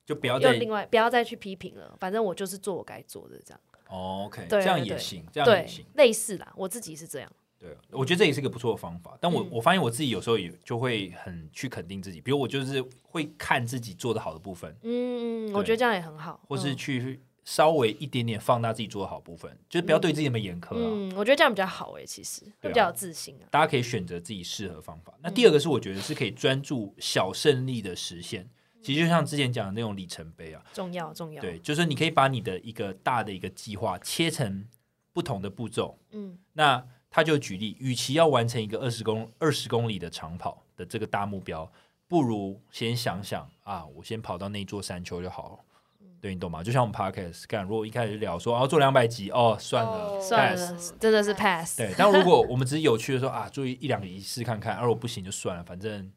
[SPEAKER 3] 就不要
[SPEAKER 2] 又
[SPEAKER 3] 再
[SPEAKER 2] 另外不要再去批评了，反正我就是做我该做的这样。
[SPEAKER 3] 哦，OK，
[SPEAKER 2] 对
[SPEAKER 3] 这样
[SPEAKER 2] 对
[SPEAKER 3] 也
[SPEAKER 2] 对
[SPEAKER 3] 行，这样也
[SPEAKER 2] 对
[SPEAKER 3] 行。，
[SPEAKER 2] 类似啦，我自己是这样。
[SPEAKER 3] 对，我觉得这也是个不错的方法。但我、
[SPEAKER 2] 嗯
[SPEAKER 3] 我发现我自己有时候也就会很去肯定自己，比如我就是会看自己做的好的部分，
[SPEAKER 2] 嗯，嗯，
[SPEAKER 3] 对
[SPEAKER 2] 我觉得这样也很好。
[SPEAKER 3] 或是
[SPEAKER 2] 嗯
[SPEAKER 3] 去稍微一点点放大自己做的好的部分，就是不要对自己那么严苛啊。
[SPEAKER 2] 嗯，我觉得这样比较好诶，其实会
[SPEAKER 3] 对啊
[SPEAKER 2] 比较有自信啊。
[SPEAKER 3] 大家可以选择自己适合的方法。
[SPEAKER 2] 嗯
[SPEAKER 3] 那第二个是我觉得是可以专注小胜利的实现，其实就像之前讲的那种里程碑啊，
[SPEAKER 2] 重要重要。
[SPEAKER 3] 对，，就是你可以把你的一个大的一个计划切成不同的步骤。
[SPEAKER 2] 嗯
[SPEAKER 3] 那他就举例，与其要完成一个二十公二十公里的长跑的这个大目标，不如先想想啊，我先跑到那座山丘就好了。
[SPEAKER 1] 嗯
[SPEAKER 3] 对你懂吗？就像我们 podcast 干，如果一开始就聊说哦做两百集哦算了、
[SPEAKER 1] 哦
[SPEAKER 2] 算
[SPEAKER 3] pass
[SPEAKER 2] 了，真的是 pass。
[SPEAKER 3] 对，但如果我们只是有趣的说啊，做一一两个仪式看看，而、啊、我不行就算了，反正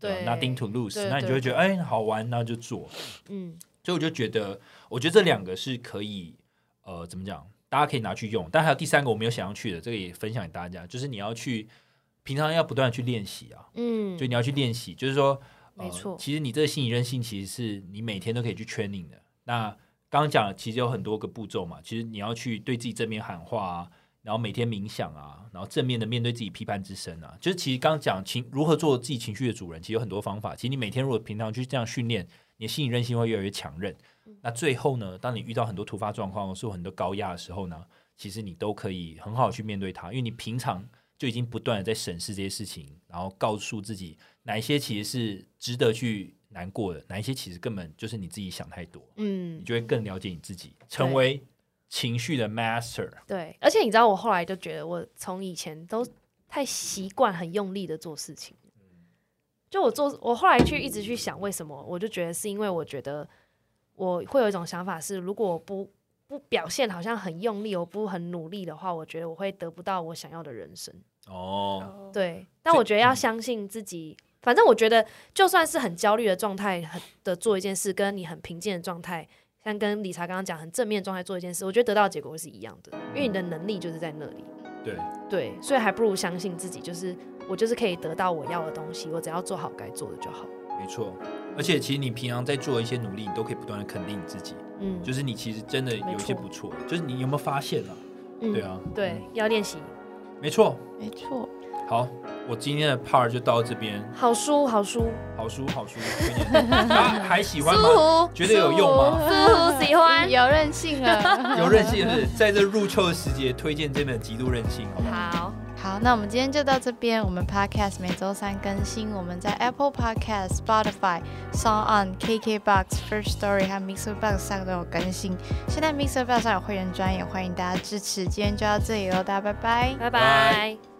[SPEAKER 2] 对
[SPEAKER 3] n o t h i n g 啊 to lose，
[SPEAKER 1] 对
[SPEAKER 3] 那你就
[SPEAKER 1] 对
[SPEAKER 3] 会觉得哎好玩，那就做。
[SPEAKER 2] 嗯
[SPEAKER 3] 所以我就觉得，我觉得这两个是可以，呃，怎么讲？大家可以拿去用。但还有第三个我没有想要去的，这个也分享给大家，就是你要去平常要不断的去练习啊，
[SPEAKER 2] 嗯
[SPEAKER 3] 就，你要去练习，就是说，呃
[SPEAKER 2] 没错
[SPEAKER 3] 其实你这个心理韧性其实是你每天都可以去 training 的。那刚刚讲了，其实有很多个步骤嘛，其实你要去对自己正面喊话啊，然后每天冥想啊，然后正面的面对自己批判之声啊，就是其实刚刚讲情如何做自己情绪的主人，其实有很多方法。其实你每天如果平常去这样训练，你的心理韧性会越来越强韧。
[SPEAKER 2] 嗯
[SPEAKER 3] 那最后呢，当你遇到很多突发状况，是有很多高压的时候呢，其实你都可以很好地去面对它，因为你平常就已经不断的在审视这些事情，然后告诉自己哪一些其实是值得去难过的，哪一些其实根本就是你自己想太多，你
[SPEAKER 2] 嗯，
[SPEAKER 3] 就会更了解你自己，成为情绪的 master。
[SPEAKER 2] 对。而且你知道，我后来就觉得，我从以前都太习惯很用力的做事情。就我做，我后来去一直去想为什么，我就觉得是因为我觉得我会有一种想法是，如果我不不表现好像很用力，我不很努力的话，我觉得我会得不到我想要的人生。
[SPEAKER 3] 哦，
[SPEAKER 2] 对，但我觉得要相信自己。反正我觉得，就算是很焦虑的状态很的做一件事，跟你很平静的状态，像跟理查刚刚讲很正面的状态做一件事，我觉得得到的结果会是一样的，因为你的能力就是在那里。
[SPEAKER 3] 对，
[SPEAKER 2] 对，所以还不如相信自己，就是我就是可以得到我要的东西，我只要做好该做的就好。
[SPEAKER 3] 没错。而且其实你平常在做一些努力，你都可以不断的肯定你自己，
[SPEAKER 2] 嗯，
[SPEAKER 3] 就是你其实真的有一
[SPEAKER 2] 没错
[SPEAKER 3] 些不错，就是你有没有发现啊？
[SPEAKER 2] 嗯
[SPEAKER 3] 对，啊，
[SPEAKER 2] 对，要练习。
[SPEAKER 3] 没错。
[SPEAKER 1] 没错，
[SPEAKER 3] 好，我今天的 part 就到这边。
[SPEAKER 2] 好书，好书，
[SPEAKER 3] 好书，好书，推荐。大家还喜欢吗？
[SPEAKER 2] 苏
[SPEAKER 3] 觉得有用吗？
[SPEAKER 2] 苏 喜欢。
[SPEAKER 1] 有任性了。
[SPEAKER 3] 有任性是在这入秋的时节推荐这本《极度任性》，好不好？
[SPEAKER 2] 好，
[SPEAKER 1] 好，那我们今天就到这边。我们 Podcast 每周三更新，我们在 Apple Podcast、Spotify、Sound On、KKBox、First Story 和 Mixer Box 上都有更新。现在 Mixer Box 上有会员专业，欢迎大家支持。今天就到这里喽，大家拜拜。
[SPEAKER 2] 拜
[SPEAKER 3] 拜
[SPEAKER 2] 拜。